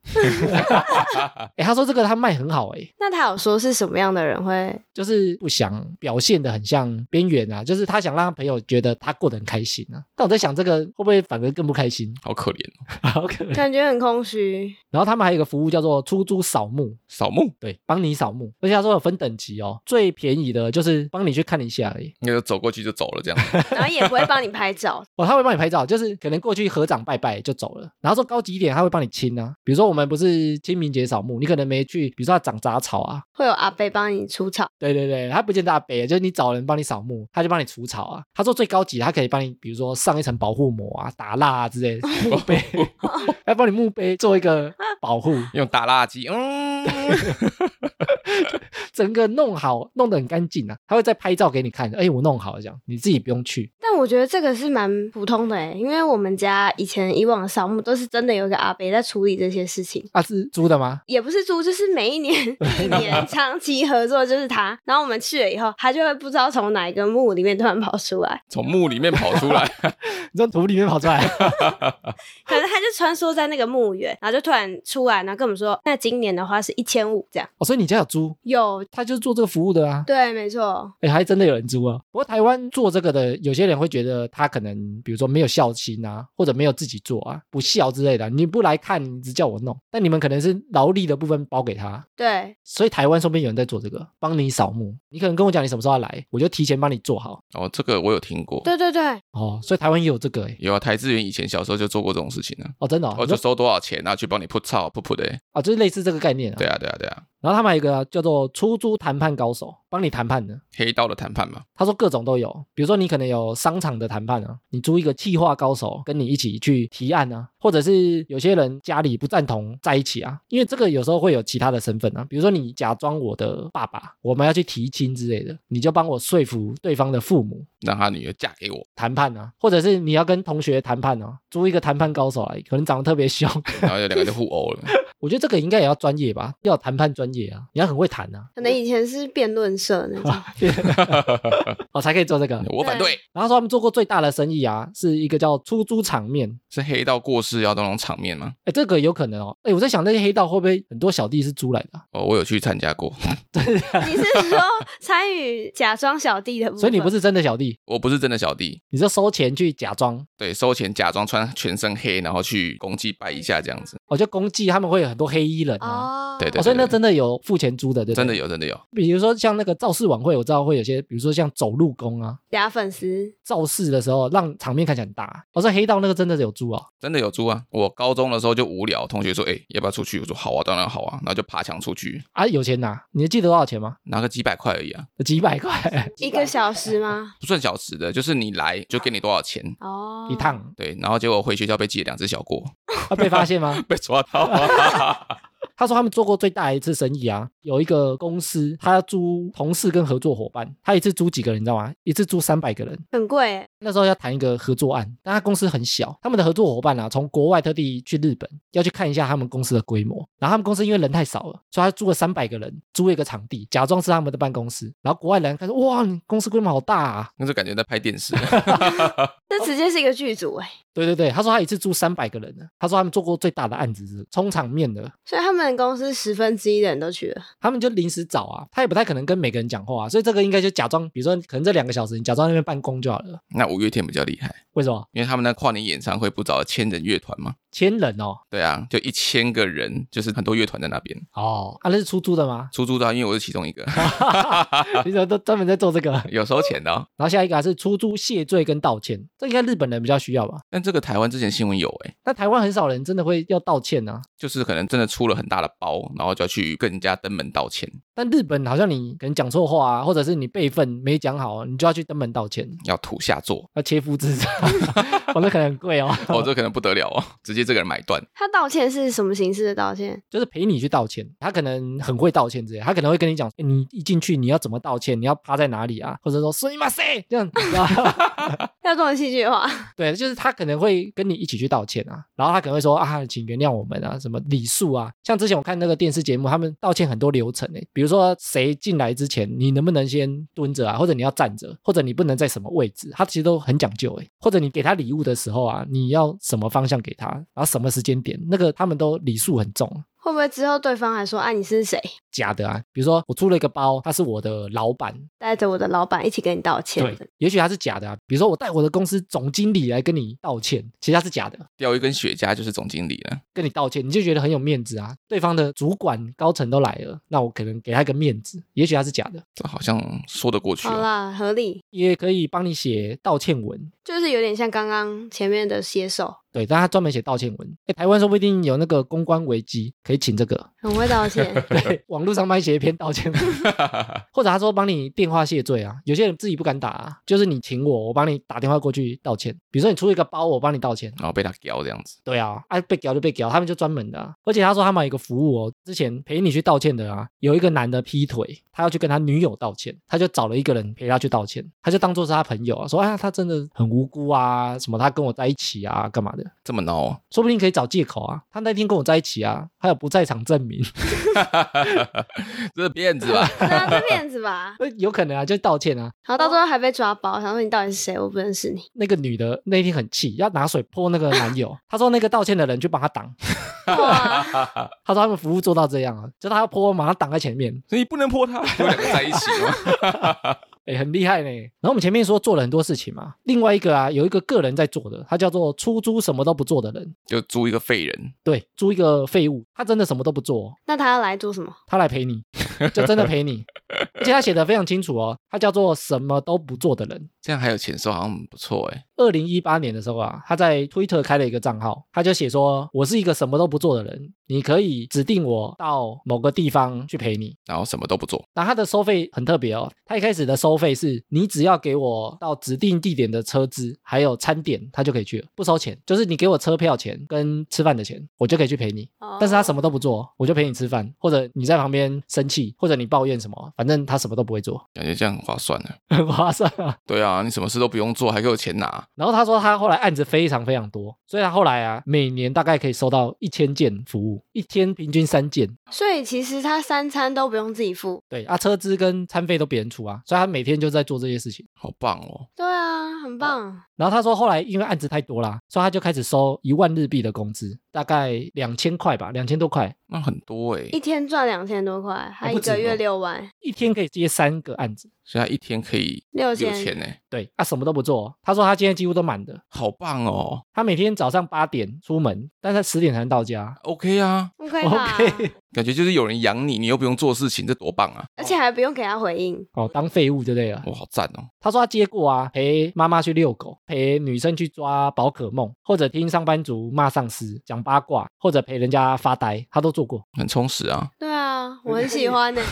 诶，他说这个他卖很好诶。那他有说是什么样的人 会？就是不想表现的很像边缘啊，就是他想让他朋友觉得他过得很开心啊。但我在想，这个会不会反而更不开心？好可怜 哦，好可怜。感觉很空虚，啊然后他们还有一个服务叫做出租扫墓，扫墓对，帮你扫墓，而且他说有分等级哦，最便宜的就是帮你去看一下而已。那就走过去就走了这样。然后也不会帮你拍 照，哦，他会帮你拍照，就是可能过去合掌拜拜就走了。然后说高级一点，他会帮你清啊，比如说我们不是清明节扫墓，你可能没去，比如说他长杂草啊，会有阿伯帮你除草。对对对，他不见得阿北，就是你找人帮你扫墓，他就帮你除草啊。他说最高级的，他可以帮你，比如说上一层保护膜啊、打蜡啊之类的墓碑，他帮你墓碑做一个保护， 用打蜡机，嗯， 整个弄好，弄得很干净啊。他会再拍照给你看，哎，我弄好了这样，你自己不用去。但我觉得这个是蛮普通的诶，因为我们家以前以往的扫墓都是真的有一个阿伯在处理这些事情，啊，是租的吗？也不是租，就是每一 年一年长期合作就是他。然后我们去了以后，他就会不知道从哪一个墓里面突然跑出来，从墓里面跑出来，你从土里面跑出来，可能他就穿梭在那个墓园，然后就突然出来，然后跟我们说，那今年的话是一千五这样。 哦，所以你家有租，有，他就是做这个服务的啊。对，没错，哎，还真的有人租啊。不过台湾做这个的，有些人会觉得他可能，比如说没有孝心啊，或者没有自己做啊，不孝之类的啊。你不来看，你只叫我弄，但你们可能是劳力的部分包给他。对，所以台湾说不定有人在做这个，帮你扫墓。你可能跟我讲你什么时候要来，我就提前帮你做好。哦，这个我有听过，对对对，哦，所以台湾也有这个哎、有啊，台资源以前小时候就做过这种事情啊，哦，真的哦，我就收多少钱，然后去帮你铺草铺铺的欸，哦，就是类似这个概念啊。对。啊，对啊，对啊，然后他们还有一个啊、叫做出租谈判高手，帮你谈判的。黑道的谈判嘛，他说各种都有，比如说你可能有商场的谈判啊，你租一个企划高手跟你一起去提案啊，或者是有些人家里不赞同在一起啊，因为这个有时候会有其他的身份啊，比如说你假装我的爸爸，我们要去提亲之类的，你就帮我说服对方的父母。让他女儿嫁给我，谈判啊，或者是你要跟同学谈判啊，租一个谈判高手来，可能长得特别凶， 然后就两个就互殴 了，我觉得这个应该也要专业吧，要有谈判专业啊，你要很会谈啊， 可能以前是辩论社那种，哦才可以做这个。我反对，然后说他们做过最大的生意啊，是一个叫出租场面，是黑道过世要那种场面吗？哎，这个有可能哦。哎，我在想那些黑道会不会很多小弟是租来的啊、哦，我有去参加过，你是说参与假装小弟的部分？所以你不是真的小弟，我不是真的小弟，你就收钱去假装。对，收钱假装穿全身黑，然后去公祭拜一下这样子，我、哦就公祭他们会有很多黑衣人啊。哦，对对哦，所以那真的有付钱租的，对不对真的。有，真的有，比如说像那个造势晚会，我知道会有些，比如说像走路工啊，假粉丝造势的时候让场面看起来很大。我、哦、说黑道那个真的有租啊、真的有租啊。我高中的时候就无聊，同学说，哎，要不要出去？我说好啊，当然好啊，然后就爬墙出去，啊，有钱拿、你还记得多少钱吗？拿个几百块而已啊，几百块一个小时吗？不算小时的，就是你来就给你多少钱。哦，一趟对，然后结果回学校被记了两只小过，啊，被发现吗？ 被抓到。啊他说他们做过最大的一次生意啊，有一个公司，他租同事跟合作伙伴，他一次租几个人，你知道吗？一次租三百个人。很贵耶，那时候要谈一个合作案，但他公司很小，他们的合作伙伴啊，从国外特地去日本，要去看一下他们公司的规模。然后他们公司因为人太少了，所以他租了三百个人，租了一个场地，假装是他们的办公室。然后国外人看说，哇，你公司规模好大啊！ 那就感觉在拍电视。 这直接是一个剧组哎，对对对，他说他一次租三百个人呢。啊他说他们做过最大的案子是冲场面的，所以他们公司十分之一的人都去了，他们就临时找啊，他也不太可能跟每个人讲话啊，所以这个应该就假装，比如说可能这两个小时你假装在那边办公就好了。那五月天比较厉害，为什么？因为他们那跨年演唱会不找了千人乐团嘛？千人哦，对啊，就一千个人，就是很多乐团在那边？哦，啊那是出租的吗 出租的啊，因为我是其中一 个，你怎么都专门在做这个？有收钱的、哦。然后下一个啊是出租谢罪跟道歉，这应该日本人比较需要吧？但这个台湾之前新闻有哎、但台湾很少人真的会要道歉啊。就是可能真的出了很大的包，然后就要去跟人家登门道歉。但日本好像你可能讲错话啊，或者是你备份没讲好，你就要去登门道歉，要土下座，要切腹自 杀，我那可能很贵哦。 哦，这可能不得了哦， 直接这个人买断。他道歉是什么形式的道歉？就是陪你去道歉，他可能很会道歉之类，他可能会跟你讲，欸你一进去你要怎么道歉，你要趴在哪里啊，或者说所以嘛谁这样，然后要这么戏剧化？ 对，就是他可能会跟你一起去道歉啊，然后他可能会说啊，请原谅我们啊，什么礼数啊，像之前我看那个电视节目，他们道歉很多流程诶、欸比如说谁进来之前，你能不能先蹲着啊，或者你要站着，或者你不能在什么位置，他其实都很讲究诶、或者你给他礼物的时候啊，你要什么方向给他，然后什么时间点，那个他们都礼数很重啊。会不会之后对方还说啊你是谁？假的啊，比如说我出了一个包，他是我的老板，带着我的老板一起跟你道歉？对，也许他是假的啊。比如说我带我的公司总经理来跟你道歉，其实他是假的，掉一根雪茄就是总经理了，跟你道歉，你就觉得很有面子啊。对方的主管高层都来了，那我可能给他一个面子，也许他是假的，这好像说得过去好哦。啦，合理，也可以帮你写道歉文。就是有点像刚刚前面的写手，对，但他专门写道歉文。哎，台湾说不定有那个公关危机，可以请这个。很会 道歉。对，网络上帮你写一篇道歉文，或者他说帮你电话谢罪啊。有些人自己不敢打、啊，就是你请我，我帮你打电话过去道歉。比如说你出一个包，我帮你道歉。然后被他叼这样子，对啊，啊被屌就被屌，他们就专门的啊、而且他说他们有一个服务哦，之前陪你去道歉的啊，有一个男的劈腿，他要去跟他女友道歉，他就找了一个人陪他去道歉，他就当做是他朋友啊，说啊他真的很无辜啊，什么他跟我在一起啊，干嘛的，这么孬哦， 说不定可以找借口啊，他那天跟我在一起啊，还有不在场证明， 这是骗子吧？对啊，这骗子吧。有可能啊，就道歉啊。然后到最后还被抓包，想说你到底是谁？我不认识 你。那个女的那天很气，要拿水泼那个男友，她说那个道歉的人去帮她挡，哇，她说他们服务做到这样啊，就她要泼，马上挡在前面， 所以不能泼他，你们两个在一起哦吗？哎、很厉害呢。然后我们前面说做了很多事情嘛，另外一个啊，有一个个人在做的，他叫做出租什么都不做的人， 就租一个废人，对，租一个废物，他真的什么都不做哦，那他要来做什么？他来陪你，就真的陪你，而且他写的非常清楚哦，他叫做什么都不做的人。这样还有钱收，好像很不错哎。二零一八年的时候啊，他在 Twitter 开了一个账号，他就写说：“我是一个什么都不做的人，你可以指定我到某个地方去陪你。”然后什么都不做，然后它的收费很特别哦，它一开始的收费是你只要给我到指定地点的车资，还有餐点，它就可以去了，不收钱，就是你给我车票钱跟吃饭的钱，我就可以去陪你。但是他什么？么都不做，我就陪你吃饭，或者你在旁边生气，或者你抱怨什么，反正他什么都不会做， 感觉这样很划算呢。很划算啊。对啊，你什么事都不用做，还给我钱拿，然后他说他后来案子非常非常多，所以他后来啊，每年大概可以收到一千件服务，一天平均三件。哦所以其实他三餐都不用自己付。对啊，车资跟餐费都别人出啊，所以他每天就在做这些事情。好棒哦！对啊，很棒。然后他说，后来因为案子太多啦，所以他就开始收一万日币的工资，大概两千块吧，两千多块，那很多哎，一天赚两千多块，他一不止个月哦六万，一天可以接三个案子。所以他一天可以六有千。钱呢，对，他、什么都不做哦。他说他今天几乎都满的，好棒哦。他每天早上八点出门，但是十点才能到家。 OK 啊， OK 吧 OK，感觉就是有人养你，你又不用做事情，这多棒啊！而且还不用给他回应，哦，当废物就对了。哇，好赞哦！他说他接过啊，陪妈妈去遛狗，陪女生去抓宝可梦，或者听上班族骂上司、讲八卦，或者陪人家发呆，他都做过。很充实啊， 对啊，我很喜欢呢、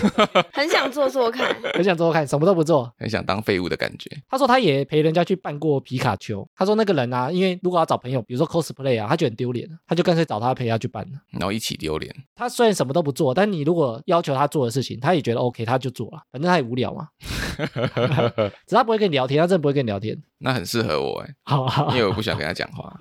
很想做做看。很想做做看，什么都不做，很想当废物的感觉。他说他也陪人家去扮过皮卡丘。他说那个人啊，因为如果要找朋友，比如说 cosplay 啊，他觉得很丢脸，他就干脆找他陪他去扮了。然后一起丢脸，他虽然什么都不做，但你如果要求他做的事情，他也觉得 OK，他就做了，反正他也无聊嘛。 只是他不会跟你聊天，他真的不会跟你聊天。那很适合我哎，好啊因为我不想跟他讲 话。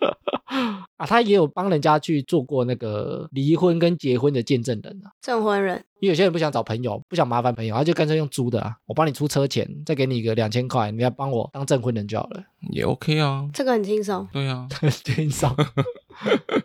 啊，他也有帮人家去做过那个离婚跟结婚的见证人啊。证婚人，因为有些人不想找朋友，不想麻烦朋友，他就干脆用租的啊，我帮你出车钱，再给你一个两千块，你来帮我当证婚人就好了。 也 OK 啊，这个很轻松。对啊，天上。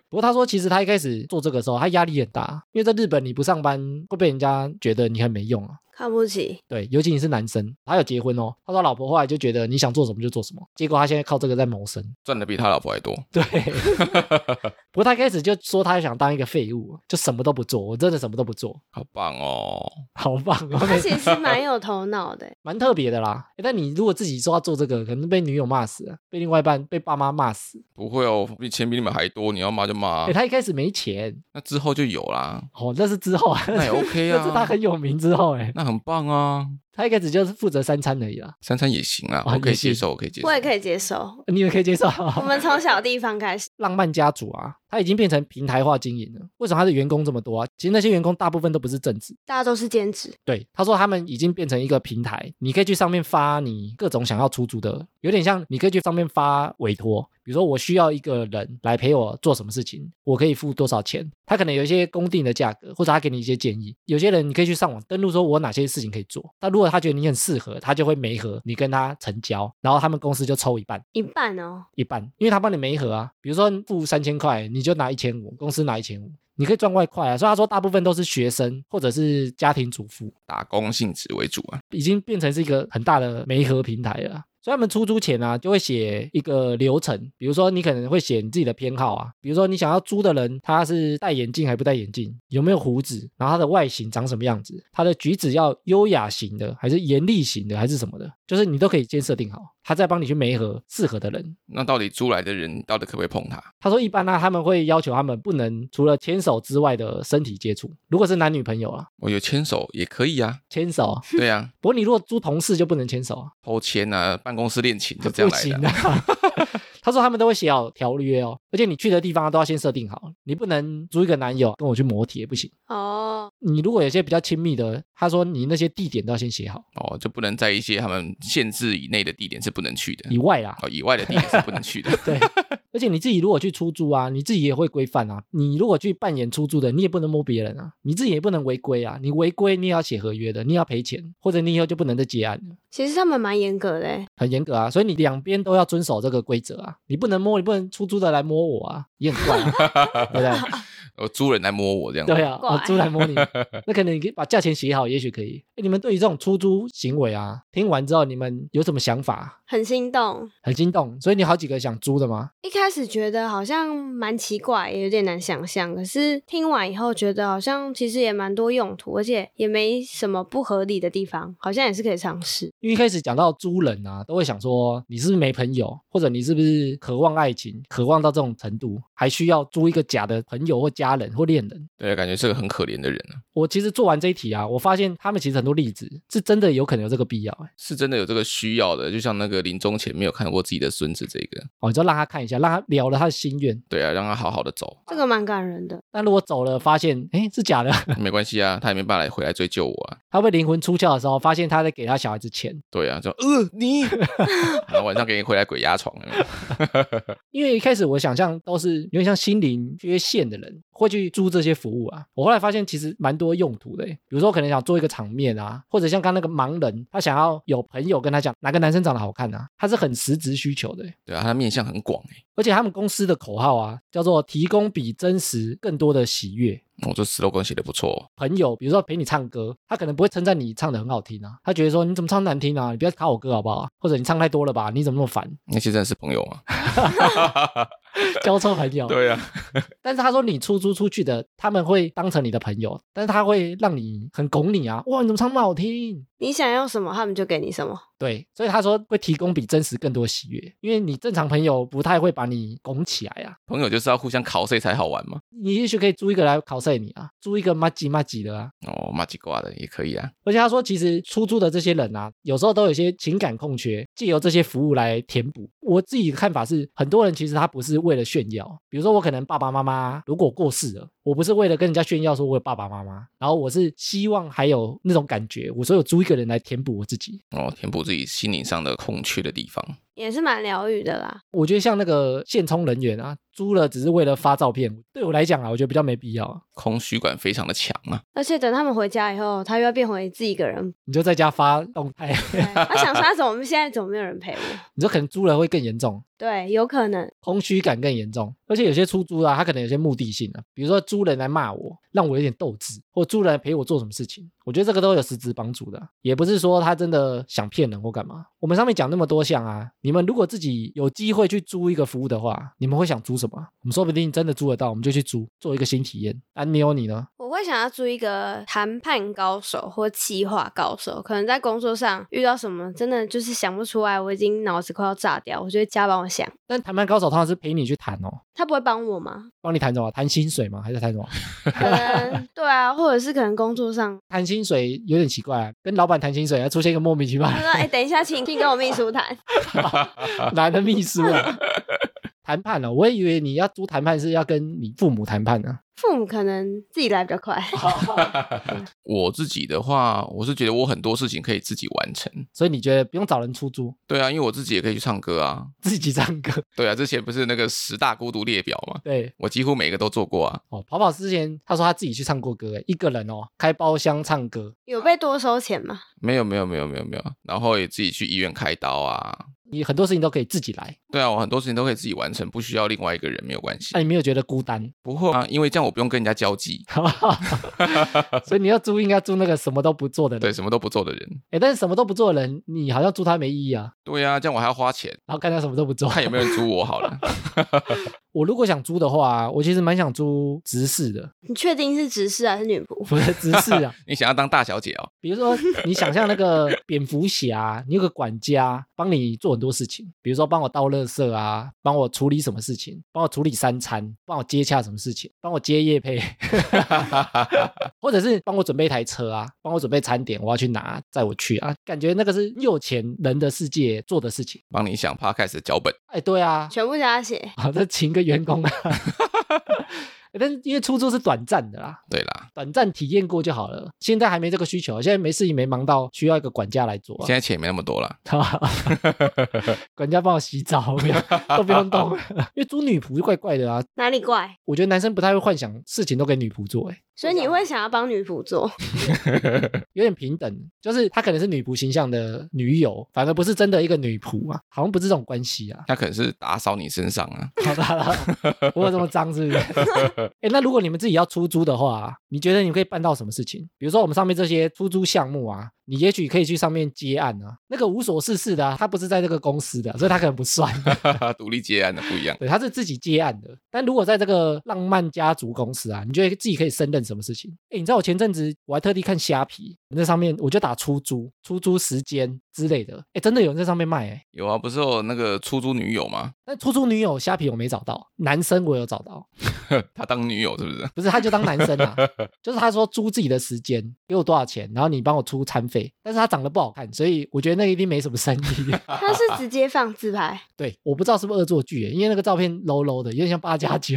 不过他说，其实他一开始做这个时候，他压力很大，因为在日本你不上班会被人家觉得你很没用啊。看 不起，对，尤其你是男生，他有结婚哦。他说老婆后来就觉得你想做什么就做什么，结果他现在靠这个在谋生。赚的比他老婆还多，对， 不过他一开始就说他想当一个废物，就什么都不做，我真的什么都不做，好棒哦！好棒哦， 他其实蛮有头脑的，蛮特别的啦。诶但你如果自己说要做这个，可能被女友骂死了，被另外一半、被爸妈骂死。不会哦，比钱比你们还多，你要骂就骂啊、诶他一开始没钱，那之后就有啦， 哦，那是之后啊，那也 OK 那是他啊，很有名之后，哎，那很棒啊，他一开始就是负责三餐而已啦， 三餐也行啊，啊我可以也行接受，我可以接受我。也可以接受。你也可以接受。我们从小地方开始，浪漫家族啊，他已经变成平台化经营了。为什么他的员工这么多啊？其实那些员工大部分都不是正职。大家都是兼职，对，他说他们已经变成一个平台，你可以去上面发你各种想要出租的，有点像你可以去上面发委托，比如说我需要一个人来陪我做什么事情，我可以付多少钱，他可能有一些公定的价格，或者他给你一些建议。有些人你可以去上网登录说我哪些事情可以做，那如果他觉得你很适合，他就会媒合你跟他成交，然后他们公司就抽一半。一半哦。一半，因为他帮你媒合啊。比如说付三千块，你就拿一千五，公司拿一千五，你可以赚外快啊。所以他说大部分都是学生或者是家庭主妇，打工性质为主啊，已经变成是一个很大的媒合平台了啊。所以他们出租前啊，就会写一个流程，比如说你可能会写你自己的偏好啊，比如说你想要租的人他是戴眼镜还不戴眼镜，有没有胡子，然后他的外形长什么样子，他的举止要优雅型的，还是严厉型的，还是什么的，就是你都可以先设定好，他再帮你去媒合适合的人。那到底租来的人到底可不可以碰他？他说一般呢、啊他们会要求他们不能除了牵手之外的身体接触，如果是男女朋友啊，我有牵手也可以啊，牵手啊。对啊，不过你如果租同事就不能牵手啊，偷牵啊，办公室恋情就这不样来行的啊。啊。 他说他们都会写好条约哦，而且你去的地方都要先设定好，你不能租一个男友跟我去摩铁，不行。哦，你如果有些比较亲密的，他说你那些地点都要先写好，哦，就不能在一些他们限制以内的地点是不能去的以，外啦。哦，以外的地点是不能 去的。对，而且你自己如果去出租啊，你自己也会规范啊。你如果去扮演出租的，你也不能摸别人啊，你自己也不能违规啊。你违规，你也要写合约的，你也要赔钱，或者你以后就不能再接案了。其实他们蛮严格的，欸很严格啊，所以你两边都要遵守这个规则啊，你不能摸，你不能出租的来摸我啊，也很怪、啊，对不对？我哦租人来摸我这样。对啊，怪我租来摸你，那可能你可以把价钱写好，也许可以。诶你们对于这种出租行为啊，听完之后你们有什么想法？很心动。很心动，所以你好几个想租的吗？一开始觉得好像蛮奇怪，也有点难想象。可是听完以后，觉得好像其实也蛮多用途，而且也没什么不合理的地方，好像也是可以尝试。因为一开始讲到租人啊，都会想说你是不是没朋友，或者你是不是渴望爱情，渴望到这种程度，还需要租一个假的朋友或家人或恋人。对，啊感觉是个很可怜的人啊，我其实做完这一题啊，我发现他们其实很多例子是真的有可能有这个必要、欸。是真的有这个需要的。就像那个临终前没有看过自己的孙子，这个哦，你就让他看一下，让他聊了他的心愿。对啊，让他好好的走，这个蛮感人的，但如果走了，发现哎是假的， 没关系啊，他也没办法来回来追究我啊。他被灵魂出窍的时候，发现他在给他小孩子钱，对啊，就呃你，然后晚上给你回来鬼压床。有啊没有因为一开始我想象都是有点像心灵缺陷的人会去租这些服务啊。我后来发现其实蛮多用途的欸，比如说可能想做一个场面啊，或者像刚那个盲人，他想要有朋友跟他讲哪个男生长得好看啊，他是很实质需求的欸。对啊，他的面相很广哎、而且他们公司的口号啊，叫做提供比真实更多的喜悦。我、这 slogan 写的不错、哦，朋友，比如说陪你唱歌，他可能不会称赞你唱的很好听啊，他觉得说你怎么唱得难听啊，你不要卡我歌好不好？或者你唱太多了吧，你怎么那么烦？ 那些真的是朋友啊。交错朋友。对啊，但是他说你出租出去的，他们会当成你的朋友，但是他会让你很拱你啊，哇，你怎么唱那么好听？你想要什么，他们就给你什么。对，所以他说会提供比真实更多喜悦，因为你正常朋友不太会把你拱起来啊。朋友就是要互相考试才好玩嘛。你也许可以租一个来考晒你啊，租一个麻吉麻吉的啊，哦，马吉挂的也可以啊。而且他说，其实出租的这些人啊，有时候都有一些情感空缺，借由这些服务来填补。我自己的看法是，很多人其实他不是为了炫耀，比如说我可能爸爸妈妈如果过世了，我不是为了跟人家炫耀说我有爸爸妈妈，然后我是希望还有那种感觉，我所以我租一个人来填补我自己。哦，填补自己心灵上的空缺的地方。也是蛮疗愈的啦，我觉得像那个现充人员啊，租了只是为了发照片，对我来讲啊，我觉得比较没必要啊。空虚感非常的强啊。而且等他们回家以后，他又要变回自己一个人。你就在家发动态，啊他想说，他啊怎么现在怎么没有人陪我？你说可能租了会更严重，对，有可能。空虚感更严重。而且有些出租啊，他可能有些目的性啊，比如说租人来骂我，让我有点斗志，或租人来陪我做什么事情，我觉得这个都有实质帮助的啊。也不是说他真的想骗人或干嘛。我们上面讲那么多项啊，你们如果自己有机会去租一个服务的话，你们会想租什么啊？我们说不定真的租得到，我们就去租，做一个新体验。安妞，你呢？我会想要租一个谈判高手或企划高手，可能在工作上遇到什么，真的就是想不出来，我已经脑子快要炸掉，我就会加帮我想。但谈判高手通常是陪你去谈哦，他不会帮我吗？帮你谈什么？谈薪水吗？还是谈什么？ 可能对啊，或者是可能工作上，谈薪水有点奇怪、啊，跟老板谈薪水还出现一个莫名其妙他说：“哎、等一下，请请跟我秘书谈。男的秘书啊。谈判哦，我也以为你要租谈判是要跟你父母谈判呢、”父母可能自己来比较快，我自己的话，我是觉得我很多事情可以自己完成。所以你觉得不用找人出租， 对啊，因为我自己也可以去唱歌啊。自己唱歌？对啊，之前不是那个十大孤独列表嘛，对，我几乎每个都做过啊。哦，跑跑之前他说他自己去唱过歌，诶，一个人哦，开包厢唱歌。有被多收钱吗？没有没有没有没有没有，然后也自己去医院开刀啊。你很多事情都可以自己来，对啊，我很多事情都可以自己完成，不需要另外一个人，没有关系那。你没有觉得孤单？ 不会啊，因为这样我不用跟人家交际，所以你要租应该租那个什么都不做的人对，。什么都不做的人。哎，但是什么都不做的人，你好像租他没意义啊。对啊，这样我还要花钱，然后看他什么都不做，看有没有人租我好了。 我如果想租的话，我其实蛮想租直视的，你确定是直视还是女仆？不是直视啊。你想要当大小姐哦？比如说，你想象那个蝙蝠侠，你有个管家帮你做很多事情，比如说帮我倒垃圾啊，帮我处理什么事情，帮我处理三餐，帮我接洽什么事情，帮我接业配， 或者是帮我准备一台车啊，帮我准备餐点，我要去拿，载我去啊，感觉那个是有钱人的世界做的事情。帮你想 podcast 的脚本，哎，对啊，全部加写，好，再请个员工啊。 哎但是因为出租是短暂的啦，对啦，短暂体验过就好了。现在还没这个需求，现在没事情没忙到需要一个管家来做、啊。现在钱也没那么多啦。 管家帮我洗澡，不用都不用动，因为租女仆就怪怪的啊。哪里怪？我觉得男生不太会幻想事情都给女仆做、欸，所以你会想要帮女仆做？有点平等，就是她可能是女仆形象的女友，反而不是真的一个女仆啊，好像不是这种关系 。啊那可能是打扫你身上啊。好啦好啦，我有这么脏是不是？哎、那如果你们自己要出租的话，你觉得你们可以办到什么事情？比如说我们上面这些出租项目啊，你也许可以去上面接案啊。那个无所事事的、啊，他不是在这个公司的，所以他可能不算。啊啊 独立接案的不一样，对，他是自己接案的。但如果在这个浪漫家族公司啊，你觉得自己可以胜任什么事情？哎，你知道我前阵子我还特地看虾皮，那上面我就打出租、出租时间之类的，哎，真的有人在上面卖哎。有啊，不是有那个出租女友吗？ 但出租女友虾皮我没找到，男生我有找到，他当女友是不是？不是他就当男生啊，就是他说租自己的时间，给我多少钱，然后你帮我出餐费，但是他长得不好看，所以我觉得那个一定没什么生意。 他是直接放自拍？对，我不知道是不是恶作剧耶，因为那个照片 low low 的，有点像八加九。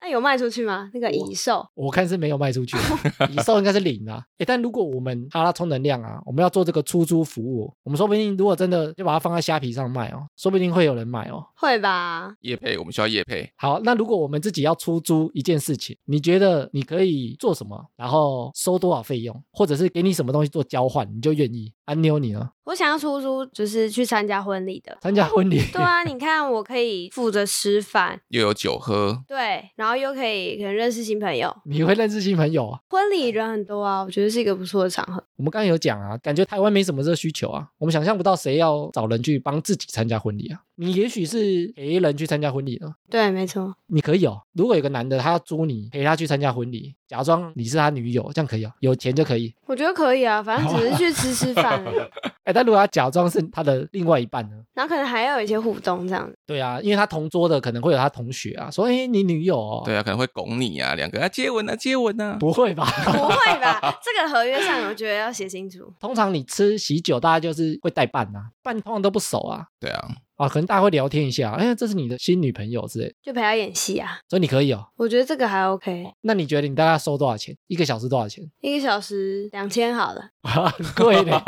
那有卖出去吗？那个蚁兽我看是没有卖出去啊，以售应该是零啊。诶，但如果我们哈拉充能量啊，我们要做这个出租服务，我们说不定如果真的要把它放在虾皮上卖哦，说不定会有人买哦。会吧？叶配，我们需要叶配。好，那如果我们自己要出租一件事情，你觉得你可以做什么，然后收多少费用，或者是给你什么东西做交换，你就愿意？安妞你呢？我想要出租，就是去参加婚礼的。参加婚礼？对啊，你看我可以负责吃饭，又有酒喝，对，然后又可以可能认识新朋友。你会认识新朋友啊？婚礼人很多啊，我觉得是一个不错的场合。我们刚刚有讲啊，感觉台湾没什么这个需求啊，我们想象不到谁要找人去帮自己参加婚礼啊。你也许是陪人去参加婚礼呢，对，没错，你可以哦。如果有个男的他要租你陪他去参加婚礼，假装你是他女友，这样可以哦，有钱就可以。我觉得可以啊，反正只是去吃吃饭而已，哎，但如果他假装是他的另外一半呢？然后可能还要有一些互动这样子。 对啊，因为他同桌的可能会有他同学啊，说哎你女友哦，对啊，可能会拱你啊，两个啊接吻啊接吻啊。不会吧？ 不会吧？这个合约上我觉得要写清楚。通常你吃喜酒，大家就是会带伴啊，伴通常都不熟啊。对啊， 啊，可能大家会聊天一下，哎，这是你的新女朋友之类的，就陪他演戏啊。所以你可以哦。我觉得这个还 OK，那你觉得你大概收多少钱？一个小时多少钱？ 一个小时两千好了，很贵 呢。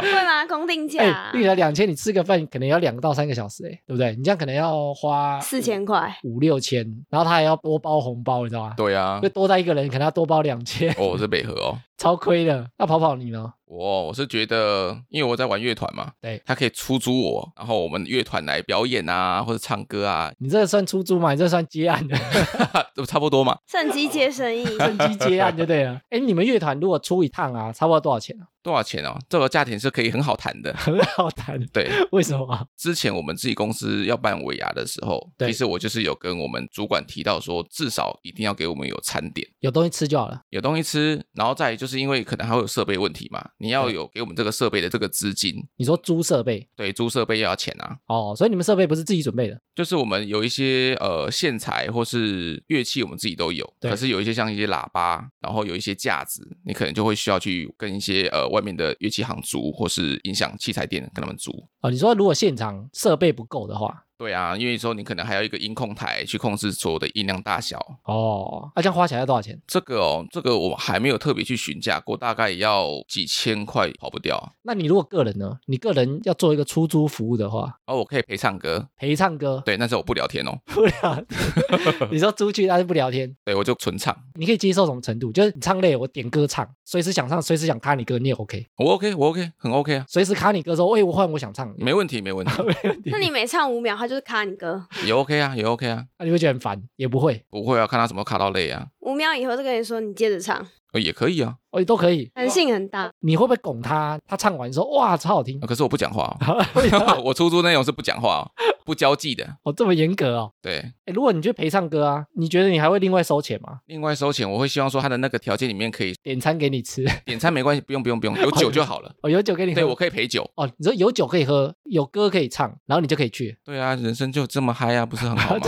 对吗？公定价哎啊，一两千，你吃个饭可能要两到三个小时，哎，对不对？你这样可能要花四千块，五六千，然后他还要多包红包，你知道吗？对 啊就，多带一个人，可能要多包两千， 哦，我是北河哦。超亏的。那跑跑你呢？我我是觉得，因为我在玩乐团嘛，对他可以出租我，然后我们乐团来表演啊，或者唱歌啊，你这个算出租吗？你这算接案的， 这不差不多嘛。趁机接生意。趁机接案就对 了。哎，你们乐团如果出一趟啊，差不多多少钱啊？。多少钱哦？这个价钱是可以很好谈的很好谈，对，为什么啊？之前我们自己公司要办尾牙的时候，对其实我就是有跟我们主管提到说，至少一定要给我们有餐点，有东西吃就好了。有东西吃，然后再来就是因为可能还会有设备问题嘛，你要对有给我们这个设备的这个资金，你说租设备对，租设备要要钱啊。哦，所以你们设备不是自己准备的，就是我们有一些呃线材或是乐器，我们自己都有，对可是有一些像一些喇叭，然后有一些架子，你可能就会需要去跟一些呃外面的乐器行租或是音响器材店跟他们租。哦。你说如果现场设备不够的话，对啊，因为说你可能还要一个音控台去控制所有的音量大小。哦，那、这样花起来要多少钱？这个哦，这个我还没有特别去询价过，大概也要几千块跑不掉。那你如果个人呢？你个人要做一个出租服务的话，哦而我可以陪唱歌，陪唱歌对，但是我不聊天哦，不聊天， 你说出去但是不聊天，对我就纯唱，你可以接受什么程度？就是你唱累，我点歌唱，随时想唱，随时想卡你歌，你也 OK，我 OK，我 OK，很 OK 啊，随时卡你歌说，喂、我换我想唱，没问题，没问题， 那你每唱五秒，他就是卡你歌，也 OK 啊，也 OK 啊，那你会觉得很烦，也不会，不会啊，看他什么卡到累啊，五秒以后再跟你说你接着唱，呃也可以啊，哦，都可以。弹性 很大。你会不会拱他？他唱完说哇，超好听 呃，可是我不讲话为什哦，么 我出租内容是不讲话、哦，不交际的，哦，这么严格哦。对。诶如果你去陪唱歌啊，你觉得你还会另外收钱吗？另外收钱，我会希望说他的那个条件里面可以点餐给你吃，点餐没关系，不用不用不用，有酒就好 了。哦，有酒给你喝。对我可以陪酒，哦，你说有酒可以喝，有歌可以唱，然后你就可以去。对啊，人生就这么嗨啊，不是 很好吗？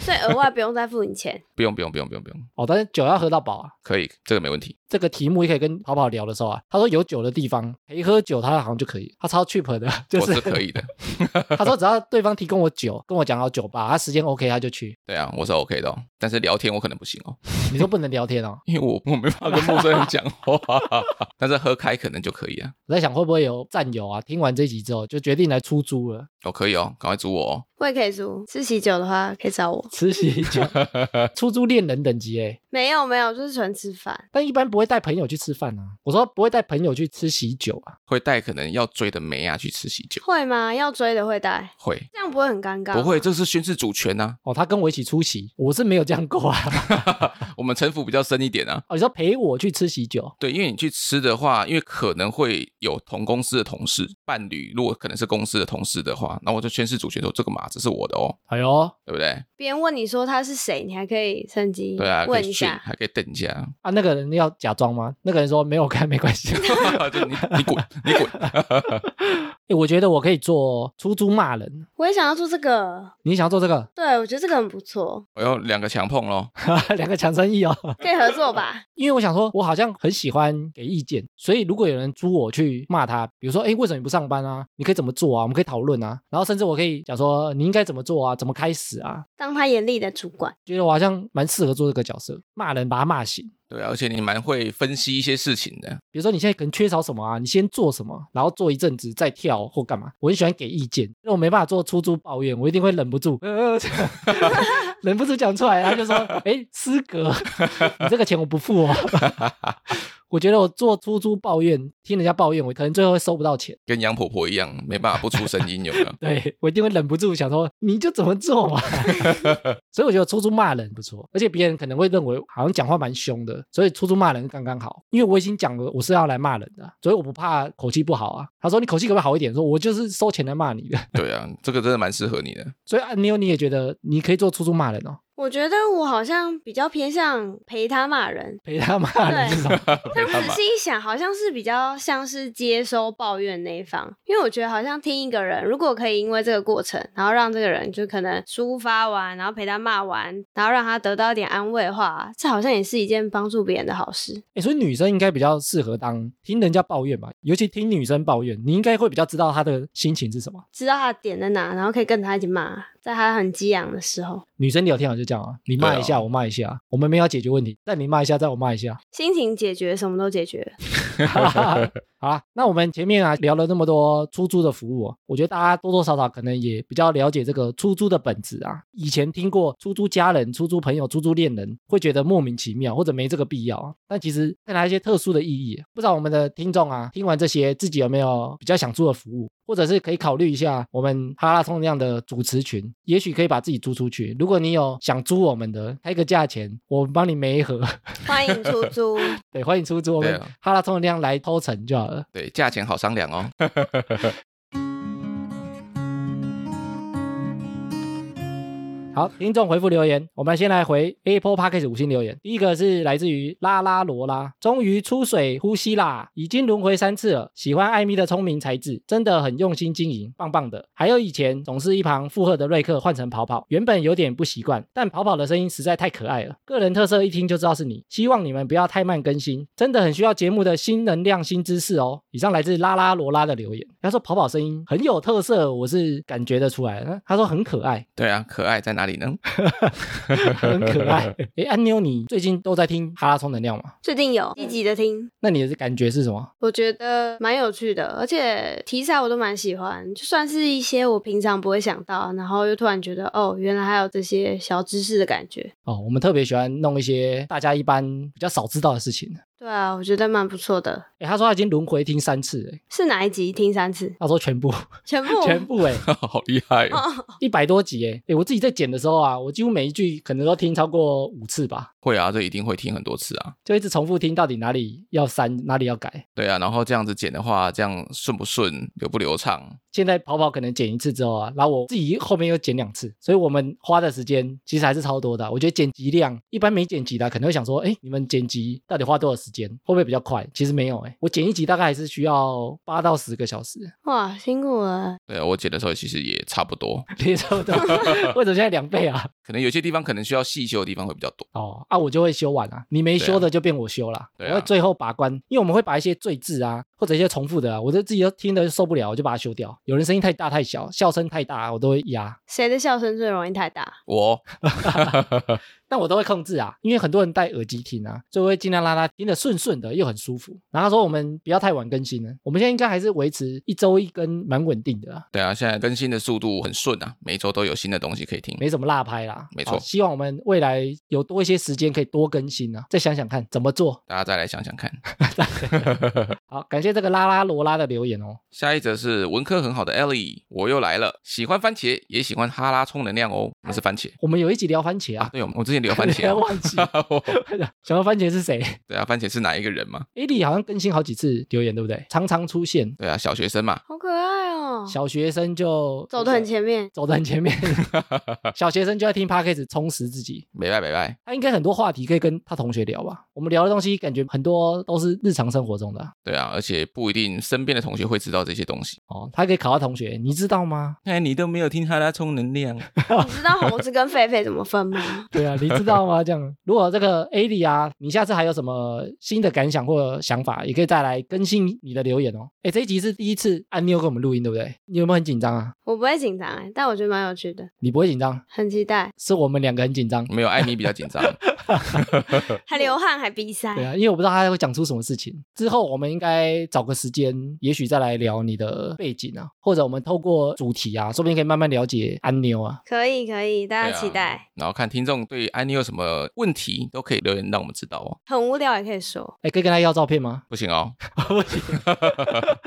所以额外不用再付你钱。不用不用不用不用不用，哦，但是酒要喝到饱啊。可以，这个没问题。这个题目也可以跟跑跑聊的时候啊，他说有酒的地方陪喝酒，他好像就可以，他超 cheap 的， 就我是是可以的， 他说只要对方提供我酒，跟我讲好酒吧，啊他时间 OK 他就去。对啊，我是 OK 的、哦，但是聊天我可能不行哦，你说不能聊天哦，因为我我没办法跟陌生人讲话， 但是喝开可能就可以啊，我在想会不会有战友啊，听完这集之后就决定来出租了，哦可以哦，赶快租我哦，我也可以租，吃喜酒的话可以找我。吃喜酒， 出租恋人等级哎，没有没有，就是纯吃饭。但一般不会带朋友去吃饭啊。我说不会带朋友去吃喜酒啊，会带可能要追的妹啊去吃喜酒，会吗？要追的会带，会这样不会很尴尬？不会？，这是宣示主权啊呐、哦，他跟我一起出席，我是没有这样过啊。 啊， 我们城府比较深一点啊。哦，你说陪我去吃喜酒，对，因为你去吃的话，因为可能会有同公司的同事、伴侣，如果可能是公司的同事的话，那我就宣示主权说这个码子是我的哦，哎呦对不对？别人问你说他是谁，你还可以趁机对啊，可问以一训下。还可以瞪一下， 啊，那个人要假装吗？那个人说没有看没关系。 就你你滚你滚，欸我觉得我可以做出租骂人。我也想要做这个，？你想要做这个 对我觉得这个很不错，我要两个强碰咯。两个强生意哦，可以合作吧？因为我想说，我好像很喜欢给意见，所以如果有人租我去骂他，比如说，哎，为什么你不上班啊？你可以怎么做啊？我们可以讨论啊，然后甚至我可以讲说，你应该怎么做啊？怎么开始啊？当他严厉的主管，觉得我好像蛮适合做这个角色，骂人把他骂醒。对啊，而且你蛮会分析一些事情的，比如说你现在可能缺少什么啊，你先做什么，然后做一阵子再跳或干嘛。我很喜欢给意见，那我没办法做出租抱怨，我一定会忍不住， 呃，这样忍不住讲出来，他就说，哎，失格，你这个钱我不付哦。 我觉得我做出租抱怨，听人家抱怨，我可能最后会收不到钱。？跟杨婆婆一样，没办法不出声音，有没有对 我一定会忍不住想说，你就怎么做 嘛。所以我觉得出租骂人不错，而且别人可能会认为好像讲话蛮凶的，所以出租骂人刚刚好。因为我已经讲了我是要来骂人的，啊所以我不怕口气不好啊。他说你口气可不可以好一点？说我就是收钱来骂你的。 对啊，这个真的蛮适合你的。所以啊，妞你也觉得你可以做出租骂人哦。我觉得我好像比较偏向陪他骂人。陪他骂人这种， 陪但他我仔吧。细一想，好像是比较像是接收抱怨那一方，因为我觉得好像听一个人，如果可以因为这个过程，然后让这个人就可能抒发完，然后陪他骂完，然后让他得到一点安慰的话，这好像也是一件帮助别人的好事。欸，所以女生应该比较适合当听人家抱怨吧，尤其听女生抱怨，你应该会比较知道她的心情是什么。知道他的点在哪，然后可以跟他一起骂，在他很激昂的时候，女生聊天好像就这样啊，你骂一下、对啊我骂一下，我们没有要解决问题，但你骂一下，再我骂一下。啊心情解决，什么都解决。好啦，那我们前面啊聊了那么多出租的服务、哦，我觉得大家多多少少可能也比较了解这个出租的本质啊。以前听过出租家人、出租朋友、出租恋人，会觉得莫名其妙或者没这个必要啊。但其实带来一些特殊的意义，啊不知道我们的听众啊，听完这些自己有没有比较想做的服务，或者是可以考虑一下我们哈拉通这样的主持群，也许可以把自己租出去。如果你有想租我们的，开个价钱，我们帮你媒合。 欢迎出租，对，欢迎出租我对们啊哈拉通的量来偷成就好了。对，价钱好商量哦。好，听众回复留言，我们先来回 Apple Podcast 五星留言。第一个是来自于拉拉罗拉，终于出水呼吸啦，已经轮回三次了。喜欢艾米的聪明才智，真的很用心经营，棒棒的。还有以前总是一旁附和的瑞克换成跑跑，原本有点不习惯，但跑跑的声音实在太可爱了，个人特色一听就知道是你。希望你们不要太慢更新，真的很需要节目的新能量、新知识哦。以上来自拉拉罗拉的留言，他说跑跑声音很有特色，我是感觉得出来的。他说很可爱，对啊，可爱在哪里呢？ 很可爱。哎，安妞，你最近都在听哈拉充能量吗？ 最近有积极的听，那你的感觉是什么？我觉得蛮有趣的，而且题材我都蛮喜欢，就算是一些我平常不会想到，然后又突然觉得哦，原来还有这些小知识的感觉。哦，我们特别喜欢弄一些大家一般比较少知道的事情。对啊，我觉得蛮不错的。哎，他说他已经轮回听三次，哎，是哪一集听三次？他说全部，全部？ 全部，哎， 好厉害哦！一百多集，哎，哎，我自己在剪的时候啊，我几乎每一句可能都听超过五次吧，会啊，这一定会听很多次啊。就一直重复听到底哪里要删，哪里要改。对啊，然后这样子剪的话，这样顺不顺，流不流畅？现在跑跑可能剪一次之后啊，然后我自己后面又剪两次，所以我们花的时间其实还是超多的啊。我觉得剪辑量一般没剪辑的啊可能会想说，哎，你们剪辑到底花多少时间？会不会比较快？其实没有哎、我剪一集大概还是需要八到十个小时， 哇，辛苦了。对啊，我剪的时候其实也差不多，别说的，为什么现在两倍啊？可能有些地方可能需要细修的地方会比较多。哦啊，我就会修完啊，你没修的就变我修啦。对我啊会最后把关，因为我们会把一些赘字啊，或者一些重复的啊，我就自己都听的受不了，我就把它修掉。有人声音太大太小，笑声太大，我都会压。谁的笑声最容易太大？ 我但我都会控制啊，因为很多人戴耳机听啊，所以我会尽量让他听得顺顺的，又很舒服。然后他说我们不要太晚更新了，我们现在应该还是维持一周一更，蛮稳定的、啊，对啊，现在更新的速度很顺啊，每周都有新的东西可以听。没什么落拍啦。没好错希望我们未来有多一些时间可以多更新啊，再想想看怎么做。大家再来想想 看。好，感谢这个拉拉罗拉的留言哦。 下一则是文科很好的 Ellie，我又来了，喜欢番茄，也喜欢哈拉充能量哦。我们是番茄我们有一集聊番茄啊，啊，对，我们我之前聊番你还 茄、忘记。啊， 想到番茄是谁对啊，番茄是哪一个人嘛？ a d 好像更新好几次留言，对不对？常常出现，对啊，小学生嘛，好可爱哦、小学生就走得很，前面。走得很前 面。小学生就在听 podcast 充实自己，没拜没拜。他应该很多话题可以跟他同学聊吧？我们聊的东西感觉很多都是日常生活中的啊对啊，而且不一定身边的同学会知道这些东西。哦。他可以考到同学，你知道吗？哎，你都没有听哈拉充能量，你知道猴子跟狒狒怎么分吗？对啊，你知道吗？这样，如果这个 a d 啊，你下次还有什么新的感想或想法，也可以再来更新你的留言哦。哎，这一集是第一次按妞跟我们录音，对不对？你有没有很紧张啊？我不会紧张哎，但我觉得蛮有趣的，你不会紧张，很期待。是我们两个很紧张。 没有艾米比较紧张。还流汗，还鼻塞。对啊，因为我不知道他会讲出什么事情。之后我们应该找个时间，也许再来聊你的背景啊，或者我们透过主题啊，说不定可以慢慢了解安妞啊。可以可以，大对家啊期待。然后看听众对安妮有什么问题，都可以留言让我们知道哦。很无聊也可以说，哎，可以跟他要照片吗？不行哦，我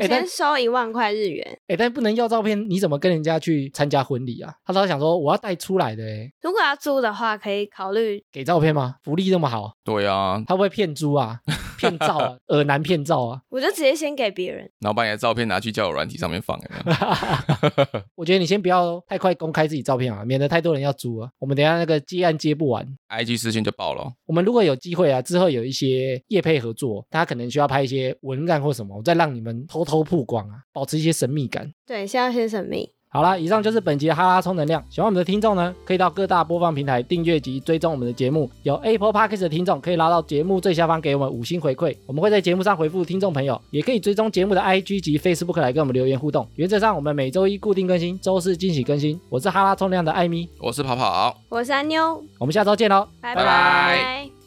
哎但先收一万块日元。哎，但不能要照片，你怎么跟人家去参加婚礼啊？他当时想说我要带出来的，哎，如果要租的话，可以考虑给照片吗？福利那么好，对啊，他会不会骗猪啊？骗照啊，耳男骗照啊。 我就直接先给别人。然后把你的照片拿去交友软体上面放，有没有 我觉得你先不要太快公开自己照片啊，免得太多人要租啊。我们等一下那个接案接不完。 ，IG 私讯就爆了哦。我们如果有机会啊，之后有一些业配合作，大家可能需要拍一些文案或什么，我再让你们偷偷曝光啊，保持一些神秘感。对，先要先神秘。好啦，以上就是本集的哈拉充能量。喜欢我们的听众呢，可以到各大播放平台订阅及追踪我们的节目。有 Apple Podcast 的听众可以拉到节目最下方给我们五星回馈，我们会在节目上回复听众朋友，也可以追踪节目的 IG 及 Facebook 来跟我们留言互动。原则上，我们每周一固定更新，周四惊喜更新。我是哈拉充能量的艾米，我是跑跑，我是安妞，我们下周见喽。拜拜拜